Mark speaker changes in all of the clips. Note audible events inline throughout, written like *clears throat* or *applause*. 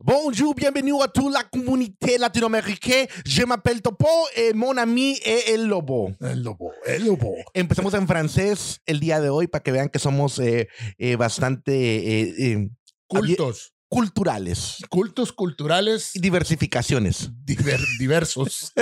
Speaker 1: Bonjour, bienvenue à toute la communauté latinoaméricaine. Je m'appelle Topo et mon ami es el Lobo.
Speaker 2: El lobo, el
Speaker 1: *laughs*
Speaker 2: lobo.
Speaker 1: Empezamos en francés el día de hoy para que vean que somos eh, eh, bastante eh, eh,
Speaker 2: Cultos,
Speaker 1: culturales
Speaker 2: cultos culturales
Speaker 1: y diversificaciones. *laughs*
Speaker 2: diver- diversos.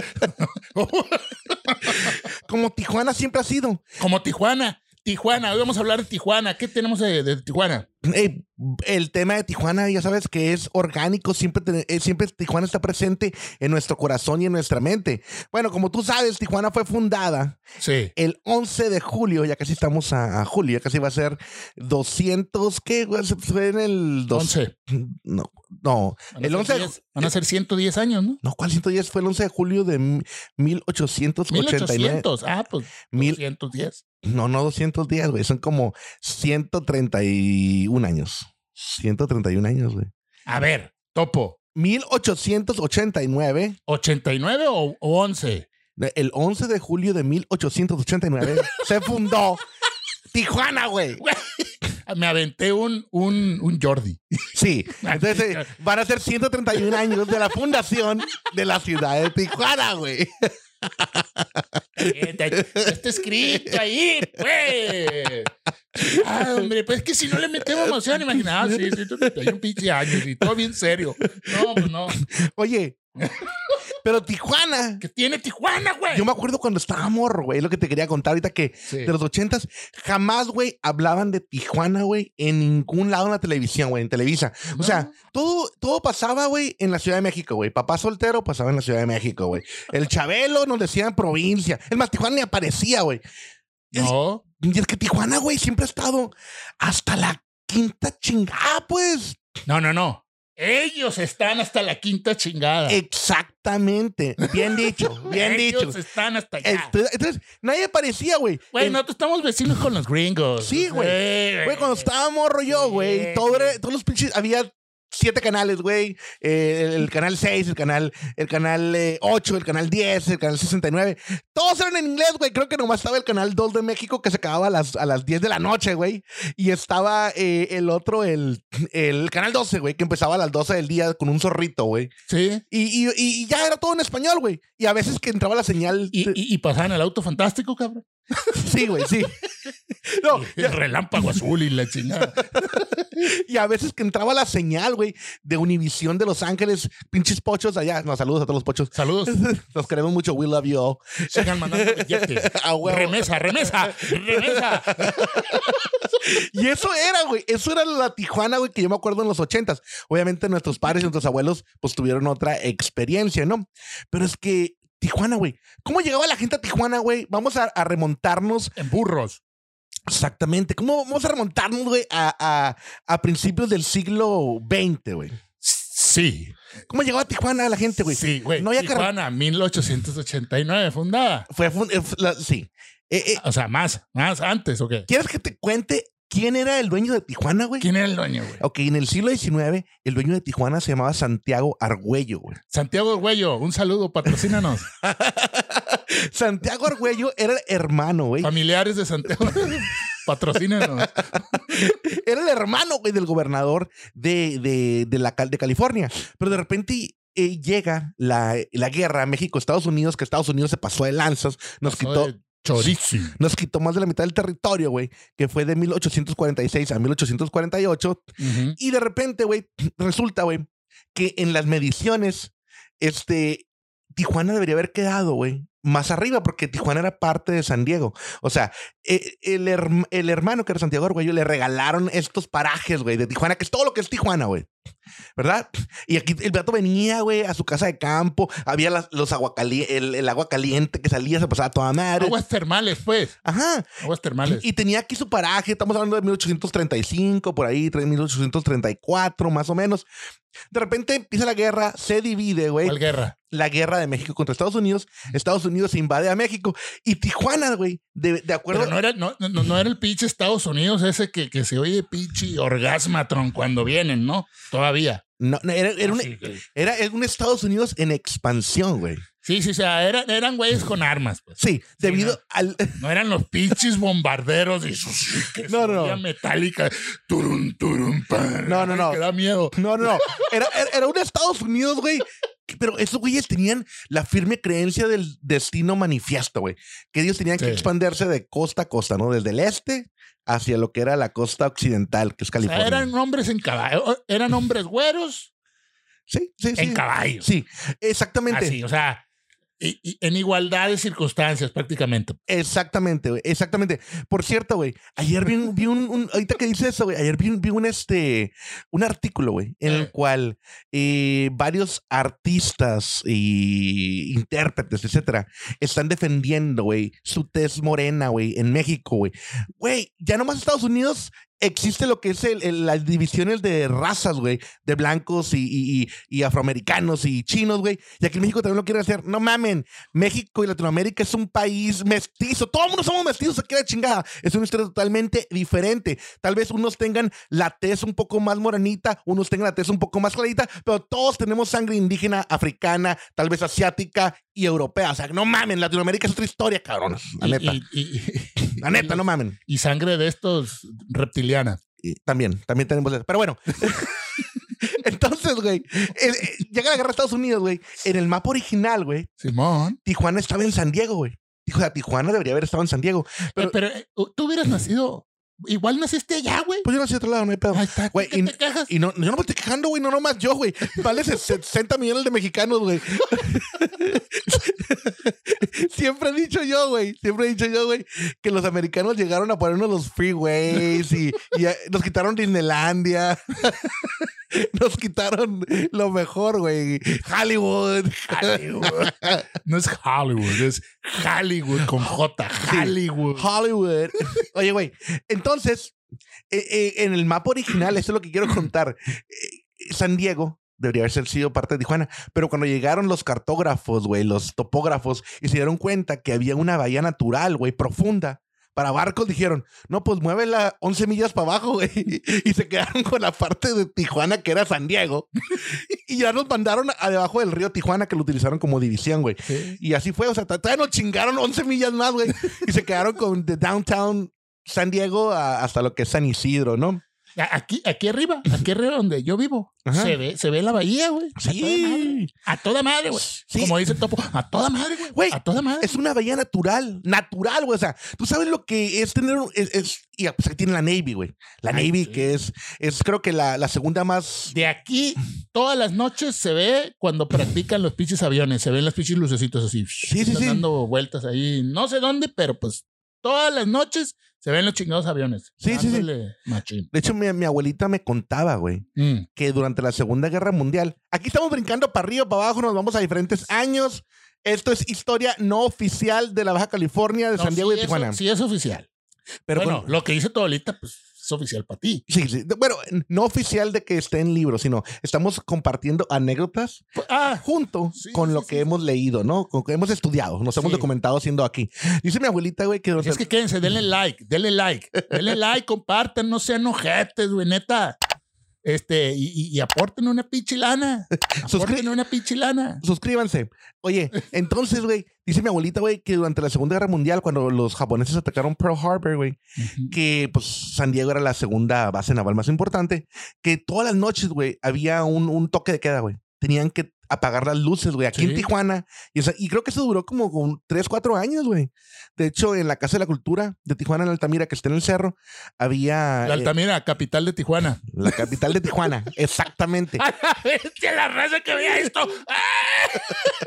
Speaker 1: Como Tijuana siempre ha sido.
Speaker 2: Como Tijuana. Tijuana, hoy vamos a hablar de Tijuana. ¿Qué tenemos de, de Tijuana?
Speaker 1: Eh, el tema de Tijuana, ya sabes que es orgánico, siempre, te- eh, siempre Tijuana está presente en nuestro corazón y en nuestra mente. Bueno, como tú sabes, Tijuana fue fundada
Speaker 2: Sí.
Speaker 1: el 11 de julio, ya casi estamos a, a julio, ya casi va a ser 200, ¿qué? güey? Se fue en el... dos-
Speaker 2: 11.
Speaker 1: No, no,
Speaker 2: Van a
Speaker 1: el 11
Speaker 2: ser
Speaker 1: de
Speaker 2: 10, van a ser 110 años, ¿no?
Speaker 1: no, ¿cuál 110? Fue el 11 de julio de 1889.
Speaker 2: 1800. Ah, pues
Speaker 1: Mil-
Speaker 2: 110.
Speaker 1: No, no 200 días, güey. Son como 131 años. 131 años, güey.
Speaker 2: A ver, topo.
Speaker 1: 1889,
Speaker 2: ¿89 o, o 11?
Speaker 1: de- el 11 de julio de 1889, se fundó Tijuana, güey.
Speaker 2: Ah, Me aventé un, un, un Jordi.
Speaker 1: Sí,
Speaker 2: *laughs*
Speaker 1: entonces eh, van a ser 131 años de la fundación de la ciudad de Tijuana, güey.
Speaker 2: Está escrito ahí, pues. Ah, hombre, pues es que si no le metemos emoción, imagina, ah, sí, sí, hay un pinche año y todo bien serio. No, pues no.
Speaker 1: Oye, pero Tijuana,
Speaker 2: Que tiene Tijuana, güey.
Speaker 1: yo me acuerdo cuando estaba morro, güey, lo que te quería contar ahorita que
Speaker 2: Sí.
Speaker 1: de los ochentas, jamás, güey, hablaban de Tijuana, güey, en ningún lado en la televisión, güey, en Televisa. O
Speaker 2: No.
Speaker 1: sea, todo, todo pasaba, güey, en la Ciudad de México, güey. Papá soltero pasaba en la Ciudad de México, güey. El Chabelo nos decían provincia. El más, Tijuana ni aparecía, güey.
Speaker 2: No,
Speaker 1: Y es que Tijuana, güey, siempre ha estado hasta la quinta chingada, pues.
Speaker 2: no, no, no. Ellos están hasta la quinta chingada.
Speaker 1: Exactamente. Bien dicho, Eh, bien
Speaker 2: Ah. Ellos
Speaker 1: dicho. Este,
Speaker 2: están hasta allá.
Speaker 1: Entonces, entonces, nadie aparecía, güey.
Speaker 2: Güey,
Speaker 1: En-
Speaker 2: nosotros estamos vecinos con los gringos.
Speaker 1: Sí, güey. Güey, cuando estaba morro yo,
Speaker 2: Sí,
Speaker 1: güey, todo
Speaker 2: güey.
Speaker 1: era- todos los pinches, había siete canales, güey. Eh, el, el canal 6, el canal, el canal eh, 8, el canal 10, el canal 69. Todos eran en inglés, güey. Creo que nomás estaba el canal 2 de México que se acababa a las, a las 10 de la noche, güey. Y estaba eh, el otro, el, el canal 12, güey, que empezaba a las 12 del día con un zorrito, güey.
Speaker 2: Sí.
Speaker 1: Y, y- y ya era todo en español, güey. Y a veces que entraba la señal. *laughs*
Speaker 2: Y, y, y pasaban el auto fantástico, cabrón.
Speaker 1: Sí, güey, sí. *laughs* No,
Speaker 2: El relámpago azul y la chingada.
Speaker 1: Y a veces que entraba la señal, güey, de Univisión de Los Ángeles, pinches pochos allá. No, saludos a todos los pochos.
Speaker 2: Saludos.
Speaker 1: Los queremos mucho. We love you all.
Speaker 2: Sigan mandando billetes.
Speaker 1: *laughs* A huevo.
Speaker 2: Remesa, remesa, remesa.
Speaker 1: Y eso era, güey. Eso era la Tijuana, güey, que yo me acuerdo en los ochentas. Obviamente nuestros padres y nuestros abuelos, pues tuvieron otra experiencia, ¿no? Pero es que Tijuana, güey. ¿Cómo llegaba la gente a Tijuana, güey? Vamos a, a remontarnos
Speaker 2: En burros.
Speaker 1: exactamente. ¿Cómo vamos a remontarnos, güey, a, a- a principios del siglo XX, güey?
Speaker 2: Sí.
Speaker 1: ¿Cómo llegaba a Tijuana la gente, güey?
Speaker 2: Sí, güey.
Speaker 1: No había carre-
Speaker 2: Tijuana, 1889, fundada.
Speaker 1: Fue, fun- eh, la- sí. Eh, eh,
Speaker 2: O sea, más, más antes, ¿o qué?
Speaker 1: ¿Quieres que te cuente quién era el dueño de Tijuana, güey?
Speaker 2: ¿Quién era el dueño, güey?
Speaker 1: Ok, en el siglo XIX, el dueño de Tijuana se llamaba Santiago Argüello, güey.
Speaker 2: Santiago Arguello, un
Speaker 1: *laughs*
Speaker 2: saludo, patrocínanos.
Speaker 1: Santiago Argüello era el hermano, güey.
Speaker 2: Familiares
Speaker 1: *laughs*
Speaker 2: de Santiago, patrocínanos.
Speaker 1: Era el hermano, güey, del gobernador de, de, de la, cal- de California. Pero de repente eh, llega la, la guerra a México-Estados Unidos, que Estados Unidos se pasó de lanzas, nos quitó...
Speaker 2: Soy Chorizo.
Speaker 1: Nos quitó más de la mitad del territorio, güey, que fue de 1846 a 1848.
Speaker 2: Ujú.
Speaker 1: Y de repente, güey, *clears throat* resulta, güey, que en las mediciones, este, Tijuana debería haber quedado, güey, más arriba, porque Tijuana era parte de San Diego. O sea, eh, el, herm- el hermano que era Santiago Arguello le regalaron estos parajes, güey, de Tijuana, que es todo lo que es Tijuana, güey. ¿Verdad? *sniffs* Y aquí el gato venía, güey, a su casa de campo. Había las- los agua cali- el, el agua caliente que salía, se pasaba toda madre.
Speaker 2: Aguas termales, pues.
Speaker 1: Ajá.
Speaker 2: Aguas termales.
Speaker 1: Y tenía aquí su paraje, estamos hablando de 1835, por ahí, 1834, más o menos. De repente empieza la guerra, se divide, güey.
Speaker 2: ¿Cuál guerra?
Speaker 1: La guerra de México contra Estados Unidos. Estados Unidos invade a México. Y Tijuana, güey, de, de acuerdo.
Speaker 2: Pero no era, no, no, no era el pinche Estados Unidos ese que, que se oye pinche orgasmatron cuando vienen, ¿no? Ah, Todavía.
Speaker 1: No, no, era, era, un, e-
Speaker 2: Así, güey.
Speaker 1: era un Estados Unidos en expansión, güey.
Speaker 2: Sí, sí, o sea, eran, eran güeyes con armas, pues.
Speaker 1: Sí, debido
Speaker 2: no.
Speaker 1: al.
Speaker 2: No eran los pinches bombarderos y sus
Speaker 1: *laughs*
Speaker 2: que
Speaker 1: No, no.
Speaker 2: subía metálica. Turun, turun, pan.
Speaker 1: No, no, no.
Speaker 2: Que da miedo.
Speaker 1: No, no, no. Era, era, era un Estados Unidos, güey. que- Pero esos güeyes tenían la firme creencia del destino manifiesto, güey. Que ellos tenían que
Speaker 2: Sí.
Speaker 1: expandirse de costa a costa, ¿no? Desde el este hacia lo que era la costa occidental, que es
Speaker 2: O sea,
Speaker 1: California.
Speaker 2: eran hombres en caballo. Eran hombres güeros
Speaker 1: sí, sí, sí.
Speaker 2: en caballo.
Speaker 1: Sí, exactamente.
Speaker 2: Así, o sea, y- y en igualdad de circunstancias prácticamente.
Speaker 1: Exactamente, güey. Exactamente. Por cierto, güey, ayer vi, un- vi un, un- Ahorita que dice eso, güey, ayer vi, un- vi un, este, un artículo, güey, en el
Speaker 2: Eh.
Speaker 1: cual eh, varios artistas y intérpretes, etcétera, están defendiendo, güey, su tez morena, güey, en México, güey. Güey, ya nomás Estados Unidos existe lo que es el- el- las divisiones de razas, güey, de blancos y, y- y- y afroamericanos y chinos, güey. Y aquí en México también lo quieren hacer. No mamen, México y Latinoamérica es un país mestizo. Todo el mundo somos mestizos aquí a la chingada. Es una historia totalmente diferente. Tal vez unos tengan la tez un poco más moranita, unos tengan la tez un poco más clarita, pero todos tenemos sangre indígena, africana, tal vez asiática y europea. O sea, no mamen, Latinoamérica es otra historia, cabrones. La
Speaker 2: Y-
Speaker 1: neta,
Speaker 2: y- y-
Speaker 1: la neta, no mamen.
Speaker 2: y sangre de estos reptilianas.
Speaker 1: Y también, también tenemos eso. Pero bueno. *laughs* Entonces, güey, eh, eh, llega la guerra de Estados Unidos, güey. En el mapa original, güey,
Speaker 2: Simón.
Speaker 1: Tijuana estaba en San Diego, güey. Dijo, "Ah, Tijuana debería haber estado en San Diego. Pero-
Speaker 2: Pero, pero eh, tú hubieras nacido. Igual naciste allá, güey.
Speaker 1: Pues yo no sé otro lado, no hay pedo.
Speaker 2: Ahí está.
Speaker 1: Güey,
Speaker 2: Güey,
Speaker 1: y-
Speaker 2: ¿Qué te quejas?
Speaker 1: Y no, yo no me estoy quejando, güey, no nomás yo, güey. Vale 60 millones de mexicanos, güey. *laughs* siempre he dicho yo, güey, siempre he dicho yo, güey, que los americanos llegaron a ponernos los freeways y, y a- nos quitaron Disneylandia. *laughs* Nos quitaron lo mejor, güey. Hollywood. Oh,
Speaker 2: Hollywood. *laughs* No es Hollywood, es Hollywood con J. Hollywood.
Speaker 1: Hollywood. Oye, güey. Entonces, eh, eh, en el mapa original, esto es lo que quiero contar. eh, San Diego debería haber sido parte de Tijuana, pero cuando llegaron los cartógrafos, güey, los topógrafos, y se dieron cuenta que había una bahía natural, güey, profunda. Para barcos dijeron, no, pues muévela 11 millas para abajo, güey. Y se quedaron con la parte de Tijuana que era San Diego. Y ya nos mandaron a debajo del río Tijuana, que lo utilizaron como división, güey.
Speaker 2: Sí.
Speaker 1: Y así fue, o sea, todavía nos chingaron 11 millas más, güey. Y se quedaron con de downtown San Diego a- hasta lo que es San Isidro, ¿no?
Speaker 2: A- Aquí, aquí arriba, aquí arriba donde yo vivo,
Speaker 1: Ajá.
Speaker 2: se ve, se ve la bahía, güey. A toda madre. A toda madre, güey.
Speaker 1: Sí.
Speaker 2: Como dice el topo, a toda madre, güey.
Speaker 1: Güey,
Speaker 2: a toda madre.
Speaker 1: Es una bahía natural, natural, güey. O sea, tú sabes lo que es tener. un- Es, es- y pues aquí tiene la Navy, güey. La
Speaker 2: Ay,
Speaker 1: Navy,
Speaker 2: sí.
Speaker 1: que es, es creo que la, la segunda más.
Speaker 2: De aquí, todas las noches se ve cuando practican los pinches aviones, se ven los pinches lucecitos así.
Speaker 1: Sí, sí,
Speaker 2: están
Speaker 1: sí.
Speaker 2: Dando vueltas ahí, no sé dónde, pero pues todas las noches se ven los chingados aviones.
Speaker 1: Sí, sí, sí.
Speaker 2: Dándole Machín.
Speaker 1: De hecho, mi, mi abuelita me contaba, güey,
Speaker 2: Mm.
Speaker 1: que durante la Segunda Guerra Mundial. Aquí estamos brincando para arriba, para abajo, nos vamos a diferentes años. Esto es historia no oficial de la Baja California, de
Speaker 2: No,
Speaker 1: San Diego y
Speaker 2: sí,
Speaker 1: de Tijuana.
Speaker 2: Eso, sí, es oficial.
Speaker 1: Pero
Speaker 2: bueno,
Speaker 1: con-
Speaker 2: lo que dice tu abuelita, pues es oficial para ti.
Speaker 1: Sí, sí. De- Bueno, no oficial de que esté en libro, sino estamos compartiendo anécdotas
Speaker 2: Pues, ah,
Speaker 1: junto
Speaker 2: Sí,
Speaker 1: con
Speaker 2: sí,
Speaker 1: lo
Speaker 2: sí,
Speaker 1: que
Speaker 2: sí.
Speaker 1: hemos leído, ¿no? Con lo que hemos estudiado, nos hemos
Speaker 2: Sí.
Speaker 1: documentado haciendo aquí. Dice mi abuelita, güey, que...
Speaker 2: es que quédense, denle like, denle like, denle *laughs* like, compartan, no sean ojetes, güey, neta. Este, y, y- y aporten una pinche lana. Aporten una pinche lana.
Speaker 1: Suscríbanse. Oye, entonces, güey, dice mi abuelita, güey, que durante la Segunda Guerra Mundial, cuando los japoneses atacaron Pearl Harbor, güey, que pues San Diego era la segunda base naval más importante, que todas las noches, güey, había un, un toque de queda, güey. Tenían que apagar las luces, güey, aquí en
Speaker 2: Sí.
Speaker 1: Tijuana. Y, esa- y creo que eso duró como con 3, 4 años, güey. De hecho, en la Casa de la Cultura de Tijuana, en Altamira, que está en el cerro, había...
Speaker 2: La
Speaker 1: eh,
Speaker 2: Altamira, capital de Tijuana.
Speaker 1: la capital de Tijuana, exactamente.
Speaker 2: *laughs* ¡A la bestia, la raza que vea esto! ¡Ah!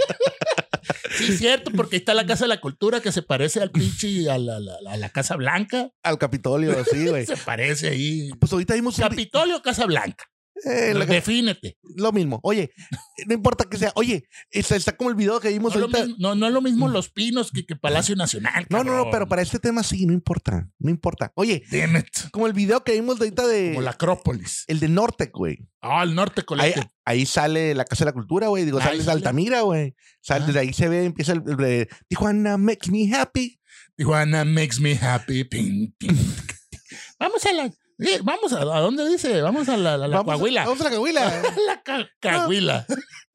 Speaker 2: Sí, es cierto, porque ahí está la Casa de la Cultura que se parece al pinche, a la, la- la- la Casa Blanca.
Speaker 1: Al Capitolio, sí,
Speaker 2: *laughs*
Speaker 1: güey.
Speaker 2: Se parece ahí.
Speaker 1: Pues ahorita vimos... un vi-
Speaker 2: Capitolio o Casa Blanca.
Speaker 1: eh, la-
Speaker 2: Defínete.
Speaker 1: lo mismo. Oye, no importa que sea. Oye, está, está como el video que
Speaker 2: No,
Speaker 1: vimos
Speaker 2: lo
Speaker 1: pues ahorita.
Speaker 2: mismo- no, no es lo mismo Los Pinos que, que Palacio Nacional.
Speaker 1: No, no, no,
Speaker 2: cabrón.
Speaker 1: pero para este tema sí, no importa. No importa. Oye,
Speaker 2: Damn it.
Speaker 1: Como el video que vimos de ahorita de.
Speaker 2: Como la Acrópolis.
Speaker 1: El de Nortec, güey.
Speaker 2: Ah, el norte con
Speaker 1: Ahí, ahí sale la Casa de la Cultura, güey. Digo,
Speaker 2: Ahí
Speaker 1: sale de
Speaker 2: sale.
Speaker 1: Altamira, güey. Sale,
Speaker 2: Ah.
Speaker 1: Desde ahí se ve, empieza el, el de Tijuana makes me happy. *laughs*
Speaker 2: Tijuana makes me happy. Ping, ping. Vamos a la. Eh, vamos a, ¿a dónde dice? Vamos a la, la, la
Speaker 1: vamos,
Speaker 2: Coahuila. *laughs*
Speaker 1: Vamos a la Coahuila.
Speaker 2: la ca- Cahuila.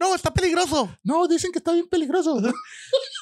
Speaker 1: no, está peligroso.
Speaker 2: No, dicen que está bien peligroso.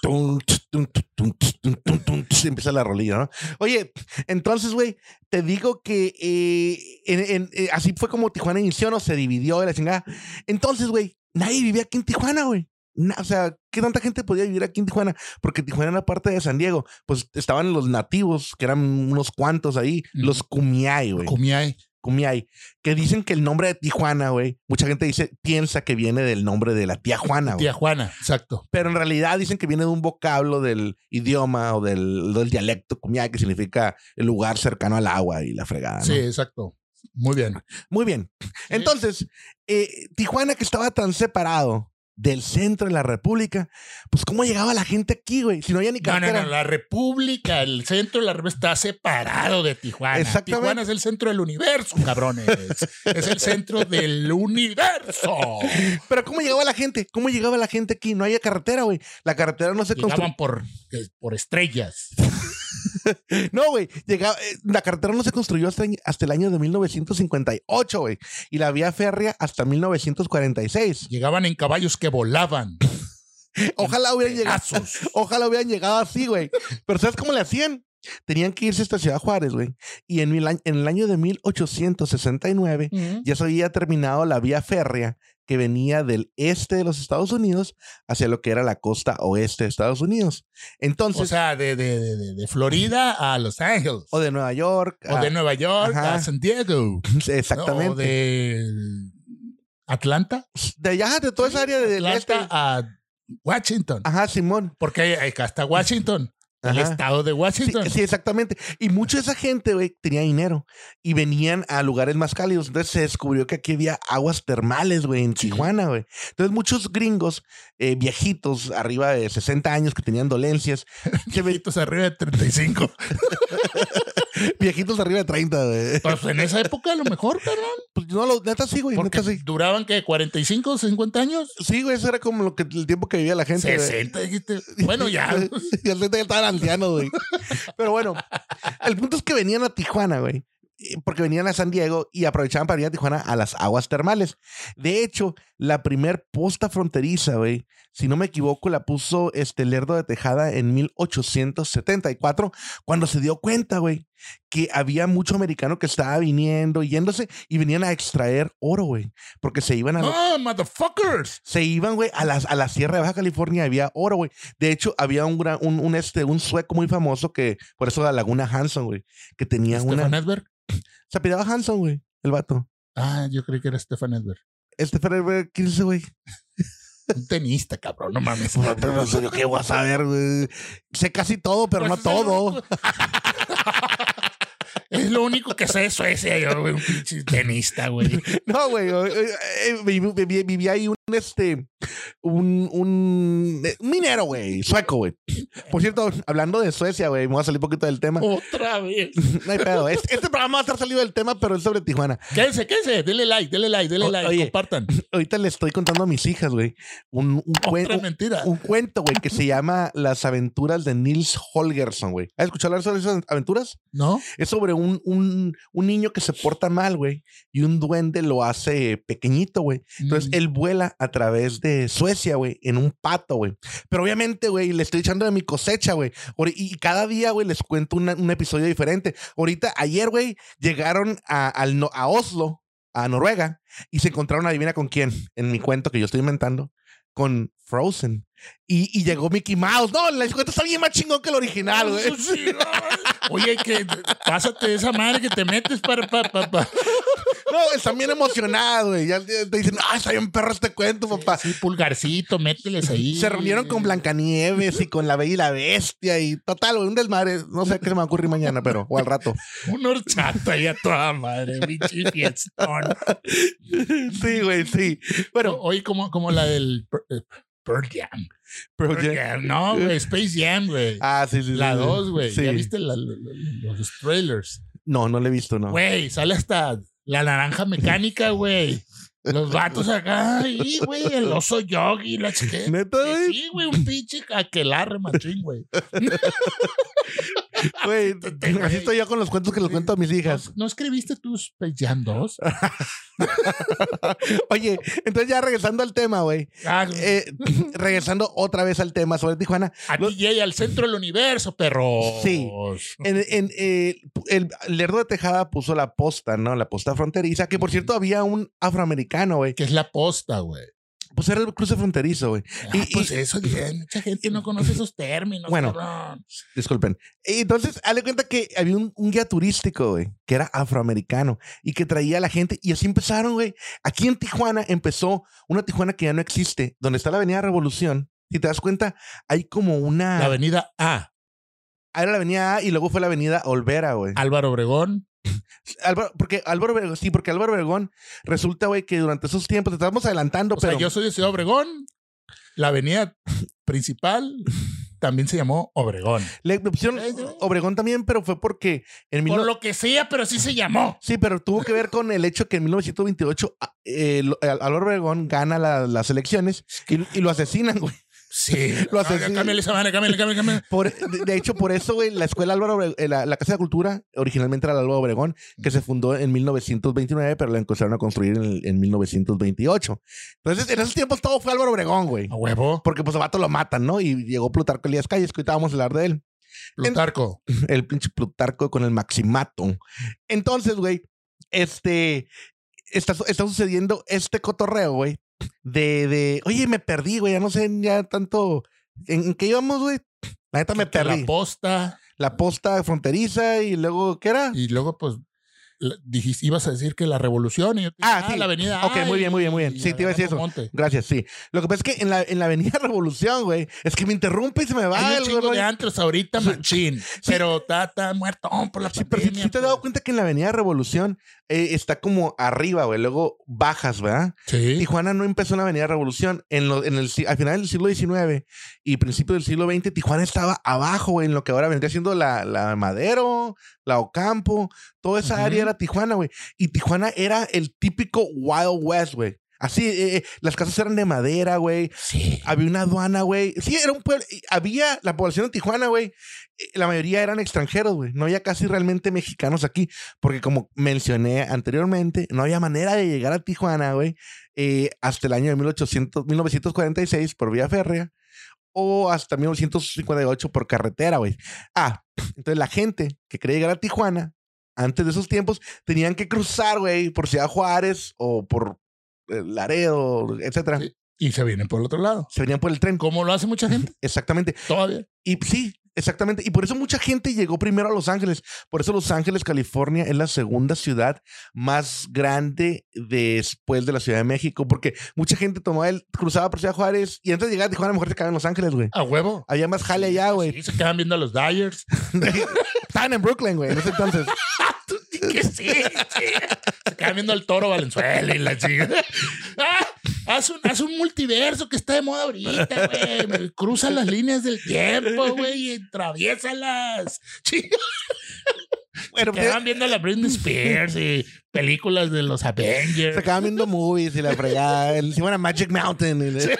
Speaker 1: Tum, ts, tum, ts, tum, ts, tum, tum, tum, ts, Empieza la rolilla, ¿no? Oye, entonces, güey, te digo que eh, en- en- eh, así fue como Tijuana inició, ¿no? Se dividió de la chingada. Entonces, güey, nadie vivía aquí en Tijuana, güey. Na- o sea, ¿qué tanta gente podía vivir aquí en Tijuana? Porque Tijuana era parte de San Diego. Pues estaban los nativos, que eran unos cuantos ahí,
Speaker 2: Ujú.
Speaker 1: los Kumiai, güey.
Speaker 2: Comía eh.
Speaker 1: Kumiai, que dicen que el nombre de Tijuana, güey, mucha gente dice, piensa que viene del nombre de la tía Juana, güey.
Speaker 2: tía Juana, exacto.
Speaker 1: Pero en realidad dicen que viene de un vocablo del idioma o del, del dialecto Kumiai, que significa el lugar cercano al agua y la fregada. ¿no?
Speaker 2: Sí, exacto. Muy bien.
Speaker 1: Muy bien. Entonces, eh, Tijuana, que estaba tan separado del centro de la República, pues, ¿cómo llegaba la gente aquí, güey? Si no había ni
Speaker 2: No, no,
Speaker 1: carretera.
Speaker 2: no, la República, el centro de la República está separado de Tijuana.
Speaker 1: Exactamente.
Speaker 2: Tijuana es el centro del universo, cabrones. es el centro del universo.
Speaker 1: Pero, ¿cómo llegaba la gente? ¿Cómo llegaba la gente aquí? No había carretera, güey. La carretera no se construyó.
Speaker 2: Llegaban por, eh, por estrellas.
Speaker 1: *laughs* No, güey. llegaba- eh, La carretera no se construyó hasta, hasta el año de 1958, güey. Y la vía férrea hasta
Speaker 2: *laughs*
Speaker 1: 1946.
Speaker 2: Llegaban en caballos que volaban.
Speaker 1: Ojalá hubieran
Speaker 2: Este,
Speaker 1: llegado.
Speaker 2: Pedazos.
Speaker 1: *laughs* Ojalá hubieran llegado así, güey. Pero ¿sabes cómo le hacían? Tenían que irse hasta Ciudad Juárez, güey. Y en, mil añ- en el año de 1869 ya se había terminado la vía férrea que venía del este de los Estados Unidos hacia lo que era la costa oeste de Estados Unidos. Entonces,
Speaker 2: O
Speaker 1: o,
Speaker 2: sea, de, de, de, de- de Florida a Los Ángeles. O
Speaker 1: de Nueva York.
Speaker 2: de,
Speaker 1: a-
Speaker 2: Nueva York
Speaker 1: Ajá.
Speaker 2: a San Diego.
Speaker 1: Exactamente.
Speaker 2: O
Speaker 1: de...
Speaker 2: de Atlanta.
Speaker 1: allá, de toda esa área del este. Ah.
Speaker 2: Atlanta a Washington.
Speaker 1: Ajá, Simón.
Speaker 2: Porque hay- hay- hasta Washington. El este.
Speaker 1: Ajá.
Speaker 2: estado de
Speaker 1: Sí,
Speaker 2: Washington.
Speaker 1: sí, exactamente. Y mucha de esa gente, güey, tenía dinero y venían a lugares más cálidos. Entonces se descubrió que aquí había aguas termales, güey, en Tijuana, güey. Entonces muchos gringos, eh, viejitos, arriba de 60 años, que tenían dolencias, se ven-
Speaker 2: Viejitos arriba de 35.
Speaker 1: viejitos arriba de 30, güey.
Speaker 2: Pues en esa época a lo mejor, cabrón.
Speaker 1: Pues no, lo, neta sí, güey,
Speaker 2: Porque
Speaker 1: neta sí.
Speaker 2: duraban que 45, 50 años.
Speaker 1: Sí, güey, eso era como lo que, el tiempo que vivía la gente. güey.
Speaker 2: 60, dijiste. Bueno, ya.
Speaker 1: Y al neta *laughs* ya estaban ancianos, güey. Pero bueno, el punto es que venían a Tijuana, güey. eh, Porque venían a San Diego y aprovechaban para ir a Tijuana a las aguas termales. De hecho, la primer posta fronteriza, güey, si no me equivoco, la puso este Lerdo de Tejada en 1874, cuando se dio cuenta, güey, que había mucho americano que estaba viniendo, yéndose y venían a extraer oro, güey, porque se iban a los
Speaker 2: No, Ah, motherfuckers.
Speaker 1: se iban, güey, a, las, a la Sierra de Baja California, había oro, güey. De hecho, había un, gran- un, un, este, un sueco muy famoso que, por eso la Laguna Hanson, güey, que tenía
Speaker 2: Stefan
Speaker 1: una...
Speaker 2: Edberg.
Speaker 1: Se apellidaba Hanson, güey, el vato.
Speaker 2: Ah, yo creí que era Stefan Edberg.
Speaker 1: Este Ferrer, ¿quién es ese, güey?
Speaker 2: Un tenista, cabrón. No mames.
Speaker 1: Pero Pues, no sé yo qué voy a saber, güey. Sé casi todo, pero no
Speaker 2: Pues es el
Speaker 1: todo.
Speaker 2: único- *laughs* Es lo único que sé de Suecia, yo, güey, un pinche
Speaker 1: *laughs*
Speaker 2: tenista, güey.
Speaker 1: *laughs* No, güey. eh, eh, vi- vi- vi- Vivía ahí un, este, un, un eh, un minero, güey, sueco, güey. Por cierto, hablando de Suecia, güey, me voy a salir un poquito del
Speaker 2: Oh.
Speaker 1: tema.
Speaker 2: Otra vez.
Speaker 1: No hay pedo. Este, este programa va a estar salido del tema, pero es sobre Tijuana.
Speaker 2: Quédense, quédense. Dele like, dele like, dele
Speaker 1: O-
Speaker 2: like.
Speaker 1: oye,
Speaker 2: compartan.
Speaker 1: ahorita le estoy contando a mis hijas, güey, un, un, cuen-
Speaker 2: Otra
Speaker 1: un-
Speaker 2: mentira.
Speaker 1: un cuento, güey, que se llama Las aventuras de Nils Holgersson, güey. ¿Has escuchado hablar sobre esas aventuras?
Speaker 2: ¿No?
Speaker 1: Es sobre un, un, un niño que se porta mal, güey, y un duende lo hace pequeñito, güey. Entonces
Speaker 2: Mm.
Speaker 1: él vuela a través de Suecia, güey, en un pato, güey. Pero obviamente, güey, le estoy echando de mi cosecha, güey. Ori- Y cada día, güey, les cuento una- un episodio diferente. Ahorita, ayer, güey, llegaron a, al no- a Oslo, a Noruega, y se encontraron, adivina con quién, en mi cuento que yo estoy inventando, con Frozen. Y, y llegó Mickey Mouse. No, el cuento está bien más chingón que el original,
Speaker 2: *laughs*
Speaker 1: güey.
Speaker 2: Eso sí, no. ¿eh? Oye, que pásate esa madre que te metes para, para, para, para.
Speaker 1: No, están bien emocionados, güey. Ya ya te dicen, ah, está bien perro este cuento, papá.
Speaker 2: Sí, pulgarcito, mételes ahí.
Speaker 1: Se reunieron con Blancanieves y con la Bella y la Bestia y total, güey, un desmadre. No sé qué se me va a ocurrir mañana, pero o al rato.
Speaker 2: Un horchato ahí a toda madre, pinche fiestón.
Speaker 1: Sí, güey, sí.
Speaker 2: Pero
Speaker 1: Bueno,
Speaker 2: hoy como, como la del Pur- eh, Pearl Jam.
Speaker 1: pero
Speaker 2: Pearl
Speaker 1: ya-
Speaker 2: Jam, no, güey, Space Jam, güey.
Speaker 1: Ah, sí, sí. sí,
Speaker 2: La
Speaker 1: sí.
Speaker 2: 2, güey.
Speaker 1: Sí.
Speaker 2: ¿Ya viste la- la- la- los trailers?
Speaker 1: No, no la he visto, no.
Speaker 2: Güey, sale hasta la naranja mecánica, güey. Los vatos acá, y güey, el oso yogi, la chiqueta.
Speaker 1: Neta,
Speaker 2: Que
Speaker 1: güey. *laughs*
Speaker 2: Sí, güey, un pinche aquelarre machín, güey.
Speaker 1: Güey, así estoy yo con los cuentos que les cuento a mis hijas.
Speaker 2: ¿No escribiste pues, tus Peyam 2?
Speaker 1: Ah, Oye, entonces ya regresando al tema, güey.
Speaker 2: Ah,
Speaker 1: Eh, *laughs* regresando otra vez al tema sobre Tijuana.
Speaker 2: a
Speaker 1: lo-
Speaker 2: DJ, al centro del universo, perro.
Speaker 1: Sí. En, en, eh, el Lerdo de Tejada puso la posta, ¿no? La posta fronteriza, que por cierto había un afroamericano, güey.
Speaker 2: Que es la posta, güey.
Speaker 1: Pues era el cruce fronterizo, güey.
Speaker 2: Ah,
Speaker 1: Y-
Speaker 2: pues
Speaker 1: y-
Speaker 2: eso, bien. Mucha gente no conoce esos términos,
Speaker 1: Bueno.
Speaker 2: cabrón.
Speaker 1: Disculpen. Y Entonces, hazle cuenta que había un, un guía turístico, güey, que era afroamericano y que traía a la gente. Y así empezaron, güey. Aquí en Tijuana empezó una Tijuana que ya no existe, donde está la Avenida Revolución. Si te das cuenta, hay como una.
Speaker 2: La avenida A,
Speaker 1: Ah, Era la Avenida A y luego fue la Avenida Olvera, güey.
Speaker 2: Álvaro Obregón.
Speaker 1: Álvaro- porque Álvaro Obregón, sí, porque Álvaro Obregón resulta, güey, que durante esos tiempos, te estamos adelantando,
Speaker 2: O
Speaker 1: pero.
Speaker 2: sea, yo soy de Ciudad Obregón. La avenida principal también se llamó Obregón.
Speaker 1: La opción
Speaker 2: Eh, eh.
Speaker 1: Obregón también, pero fue porque en
Speaker 2: Por
Speaker 1: 19
Speaker 2: lo que sea, pero sí se llamó.
Speaker 1: Sí, pero tuvo que ver con el hecho que en 1928 a- eh, lo- Al- Álvaro Obregón gana la- las elecciones y, y lo asesinan, güey.
Speaker 2: Sí.
Speaker 1: *laughs* Lo
Speaker 2: Ah,
Speaker 1: asesino.
Speaker 2: Cámbiale esa madre, cámbiale, cámbiale, cámbiale.
Speaker 1: Por- de, de hecho, por eso, güey, la escuela Álvaro Obre- eh, la, la Casa de Cultura originalmente era la Álvaro Obregón, que se fundó en 1929, pero la empezaron a construir en, el- en 1928. Entonces, en esos tiempos todo fue Álvaro Obregón, güey.
Speaker 2: A huevo.
Speaker 1: Porque pues a vato lo matan, ¿no? Y llegó Plutarco Elías Calles, que ahorita vamos a hablar de él.
Speaker 2: Plutarco.
Speaker 1: el pinche Plutarco con el Maximato. Entonces, güey, este está, su- está sucediendo este cotorreo, güey, de, de, oye, me perdí, güey, ya no sé ya tanto en, en qué íbamos, güey. La neta me
Speaker 2: que
Speaker 1: perdí.
Speaker 2: La posta.
Speaker 1: La posta fronteriza y luego, ¿qué era?
Speaker 2: Y luego, pues, la- dijiste, ibas a decir que la revolución. Y yo te dije,
Speaker 1: Ah, sí.
Speaker 2: la avenida.
Speaker 1: Ok,
Speaker 2: A
Speaker 1: muy bien, muy bien, muy bien.
Speaker 2: y
Speaker 1: Sí, te iba a decir
Speaker 2: Adriano
Speaker 1: eso.
Speaker 2: Monte.
Speaker 1: Gracias, sí. Lo que pasa es que en la, en la Avenida *laughs* Revolución, güey, es que me interrumpe y se me va
Speaker 2: Hay
Speaker 1: el
Speaker 2: un chingo
Speaker 1: rollo.
Speaker 2: de antros *laughs* ahorita, machín. Pero está, está muerto por la
Speaker 1: Sí, pero si,
Speaker 2: pandemia.
Speaker 1: si te has dado cuenta que en la Avenida Revolución eh, está como arriba, güey, luego bajas, ¿verdad?
Speaker 2: Sí.
Speaker 1: Tijuana no empezó en la Avenida Revolución. En lo- en el, si- al final del siglo XIX y principio del siglo XX, Tijuana estaba abajo güey, en lo que ahora vendría siendo la, la Madero, la Ocampo. Toda esa
Speaker 2: Ujú.
Speaker 1: área era Tijuana, güey. Y Tijuana era el típico Wild West, güey. Así, eh, eh, las casas eran de madera, güey.
Speaker 2: Sí.
Speaker 1: Había una aduana, güey. Sí, era un pueblo. y Había la población de Tijuana, güey. eh, La mayoría eran extranjeros, güey. No había casi realmente mexicanos aquí. Porque como mencioné anteriormente, no había manera de llegar a Tijuana, güey. eh, hasta el año de 1800, 1946 por vía férrea. O hasta 1958 por carretera, güey. Ah, *clears throat* entonces la gente que quería llegar a Tijuana, antes de esos tiempos, tenían que cruzar, güey, por Ciudad Juárez o por eh, Laredo, etcétera.
Speaker 2: Sí. Y se vienen por el otro lado.
Speaker 1: Se venían por el tren.
Speaker 2: Como lo hace
Speaker 1: *laughs*
Speaker 2: mucha *laughs* gente
Speaker 1: Exactamente.
Speaker 2: todavía.
Speaker 1: Y sí, exactamente. Y por eso mucha gente llegó primero a Los Ángeles. Por eso Los Ángeles, California, es la segunda ciudad más grande después de la Ciudad de México. Porque mucha gente tomaba el, cruzaba por Ciudad Juárez y antes de llegar a Tijuana, a lo mejor se quedaba en Los Ángeles, güey.
Speaker 2: A huevo.
Speaker 1: Había más jale allá, güey.
Speaker 2: Sí, se quedan viendo a los Dyers.
Speaker 1: Estaban en Brooklyn, güey, en ese
Speaker 2: *laughs*
Speaker 1: entonces.
Speaker 2: que sí, sí. Se quedan viendo al toro Valenzuela y la chica. Ah, haz, un, haz un multiverso que está de moda ahorita, güey. Cruza las líneas del tiempo, güey, y atraviesalas. Chica,
Speaker 1: *laughs* Bueno,
Speaker 2: se
Speaker 1: pues,
Speaker 2: quedan viendo a la Britney Spears y películas de los
Speaker 1: se
Speaker 2: Avengers.
Speaker 1: acaban viendo movies y la fregada. *laughs* El- Se iban a Magic Mountain. y le-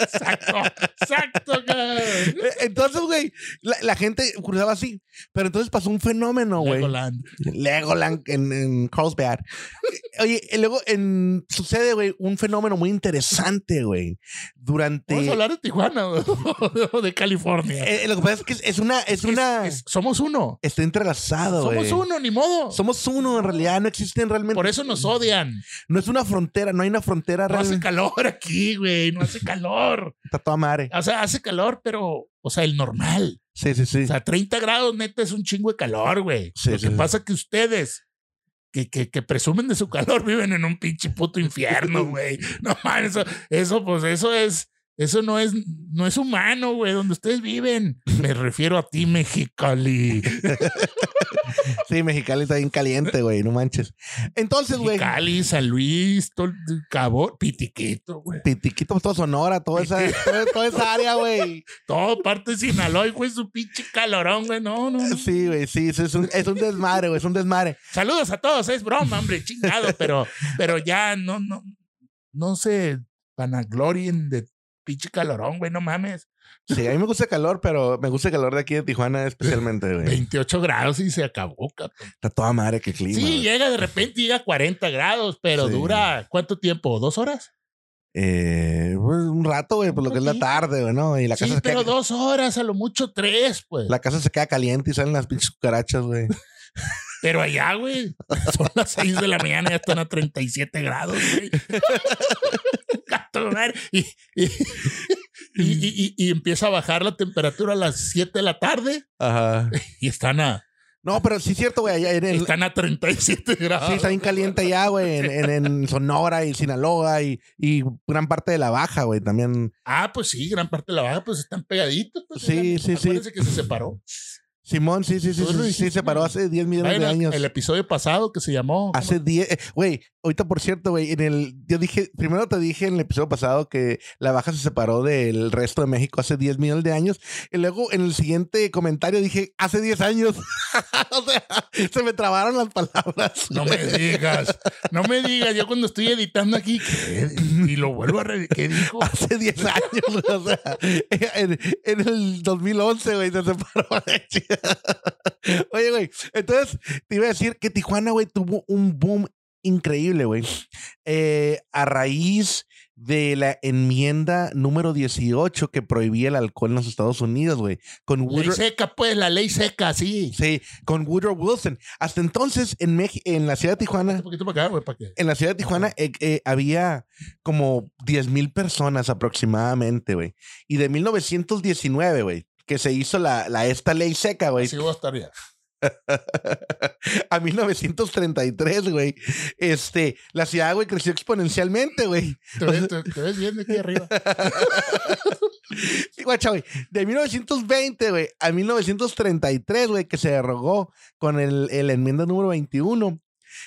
Speaker 2: Exacto, exacto, cabrón.
Speaker 1: *laughs* Entonces, güey, la, la gente cruzaba así. Pero entonces pasó un fenómeno, güey.
Speaker 2: Legoland.
Speaker 1: Legoland en, en Carlsbad. *laughs* Oye, y luego en, sucede, güey, un fenómeno muy interesante, güey.
Speaker 2: Vamos
Speaker 1: Durante.
Speaker 2: a hablar de Tijuana o o de California.
Speaker 1: Eh, eh, lo que pasa es que es- es una. Es una
Speaker 2: Es- somos uno.
Speaker 1: está entrelazado, güey.
Speaker 2: Somos uno, ni modo.
Speaker 1: Somos uno, en realidad. No existen realmente.
Speaker 2: Por eso nos odian.
Speaker 1: No es una frontera, no hay una frontera
Speaker 2: No hace
Speaker 1: realmente.
Speaker 2: calor aquí, güey. No hace calor.
Speaker 1: Está toda madre.
Speaker 2: O sea, hace calor, pero, o sea, el normal.
Speaker 1: Sí, sí, sí.
Speaker 2: O sea, 30 grados neta es un chingo de calor, güey.
Speaker 1: Sí,
Speaker 2: Lo
Speaker 1: sí,
Speaker 2: que
Speaker 1: sí.
Speaker 2: pasa que ustedes, que, que, que presumen de su *laughs* calor, viven en un pinche puto infierno,
Speaker 1: *laughs*
Speaker 2: güey. No man, eso, eso, pues, eso es. Eso no es, no es humano, güey, donde ustedes viven. Me refiero a
Speaker 1: *laughs*
Speaker 2: ti, Mexicali.
Speaker 1: Sí, Mexicali está bien caliente, güey. No manches. Entonces, güey.
Speaker 2: Mexicali, San Luis, todo, Cabo, Pitiquito, güey.
Speaker 1: Pitiquito, toda pues, Sonora, toda
Speaker 2: *laughs*
Speaker 1: esa, toda, toda esa área, güey.
Speaker 2: Todo parte de Sinaloa, güey, su pinche calorón, güey. No, no, no.
Speaker 1: Sí, güey, sí, sí, es un, es un desmadre, güey, es un desmadre.
Speaker 2: Saludos a todos, es broma, hombre, chingado, pero, pero ya no, no, no se vanaglorien de pinche calorón, güey, no mames.
Speaker 1: Sí, a mí me gusta el calor, pero me gusta el calor de aquí de Tijuana especialmente,
Speaker 2: *laughs*
Speaker 1: güey.
Speaker 2: 28 grados y se acabó, cabrón.
Speaker 1: Está toda madre que clima.
Speaker 2: Sí,
Speaker 1: güey.
Speaker 2: llega de repente, llega a 40 grados, pero
Speaker 1: Sí.
Speaker 2: dura ¿cuánto tiempo? ¿Dos horas?
Speaker 1: Eh, pues, un rato, güey, por lo que es la
Speaker 2: Poquito.
Speaker 1: tarde, güey, ¿no? Y la
Speaker 2: Sí,
Speaker 1: casa, se
Speaker 2: pero
Speaker 1: queda,
Speaker 2: dos horas, a lo mucho tres, pues.
Speaker 1: la casa se queda caliente y salen las pinches cucarachas, güey.
Speaker 2: Pero allá, güey, son las 6 de la mañana y ya están a 37 grados, güey. *laughs* Gato, madre. y, y, y- y- y empieza a bajar la temperatura a las 7 de la tarde
Speaker 1: Ajá.
Speaker 2: y están a,
Speaker 1: No, pero sí es cierto, güey, allá en el...
Speaker 2: están a 37 grados.
Speaker 1: Sí, está bien caliente allá, güey, en, en- en Sonora y Sinaloa y, y gran parte de la baja, güey, también.
Speaker 2: Ah, pues sí, gran parte de la baja, pues están pegaditos. pues,
Speaker 1: Sí,
Speaker 2: oigan,
Speaker 1: sí, sí.
Speaker 2: acuérdense que se separó.
Speaker 1: Simón, sí, sí, sí,
Speaker 2: Tú
Speaker 1: sí,
Speaker 2: lo
Speaker 1: sí,
Speaker 2: dijiste,
Speaker 1: se paró hace 10 millones
Speaker 2: Vayan
Speaker 1: de
Speaker 2: al-
Speaker 1: años.
Speaker 2: El episodio pasado que se llamó. ¿cómo?
Speaker 1: Hace 10, eh, güey, ahorita por cierto, güey, en el, yo dije, primero te dije en el episodio pasado que la baja se separó del resto de México hace 10 millones de años, y luego en el siguiente comentario dije, hace 10 años, *laughs* o sea, se me trabaron las palabras.
Speaker 2: No me digas, no me digas. Yo cuando estoy editando aquí, ¿qué? y lo vuelvo a revisar, ¿qué dijo?
Speaker 1: Hace 10 años, güey, o sea, en, en el 2011, güey, se separó la chingada. Oye, güey, entonces te iba a decir que Tijuana, güey, tuvo un boom increíble, güey, eh, a raíz de la enmienda número 18 que prohibía el alcohol en los Estados Unidos, güey, con
Speaker 2: Ley
Speaker 1: Woodrow,
Speaker 2: seca, pues, la ley seca, sí.
Speaker 1: sí, con Woodrow Wilson. Hasta entonces, en, Mex- en la ciudad de Tijuana,
Speaker 2: Un poquito para acá, güey, para que.
Speaker 1: en la ciudad de Tijuana eh, eh, había como 10 mil personas aproximadamente, güey. Y de 1919, güey, que se hizo la, la esta ley seca, güey,
Speaker 2: Así voy a estar ya.
Speaker 1: a 1933, güey. Este, la ciudad, güey, creció exponencialmente, güey.
Speaker 2: Te ves, te- te ves bien de aquí arriba.
Speaker 1: Y guacha, güey, de 1920, güey, a 1933, güey, que se derogó con el, el enmienda número 21.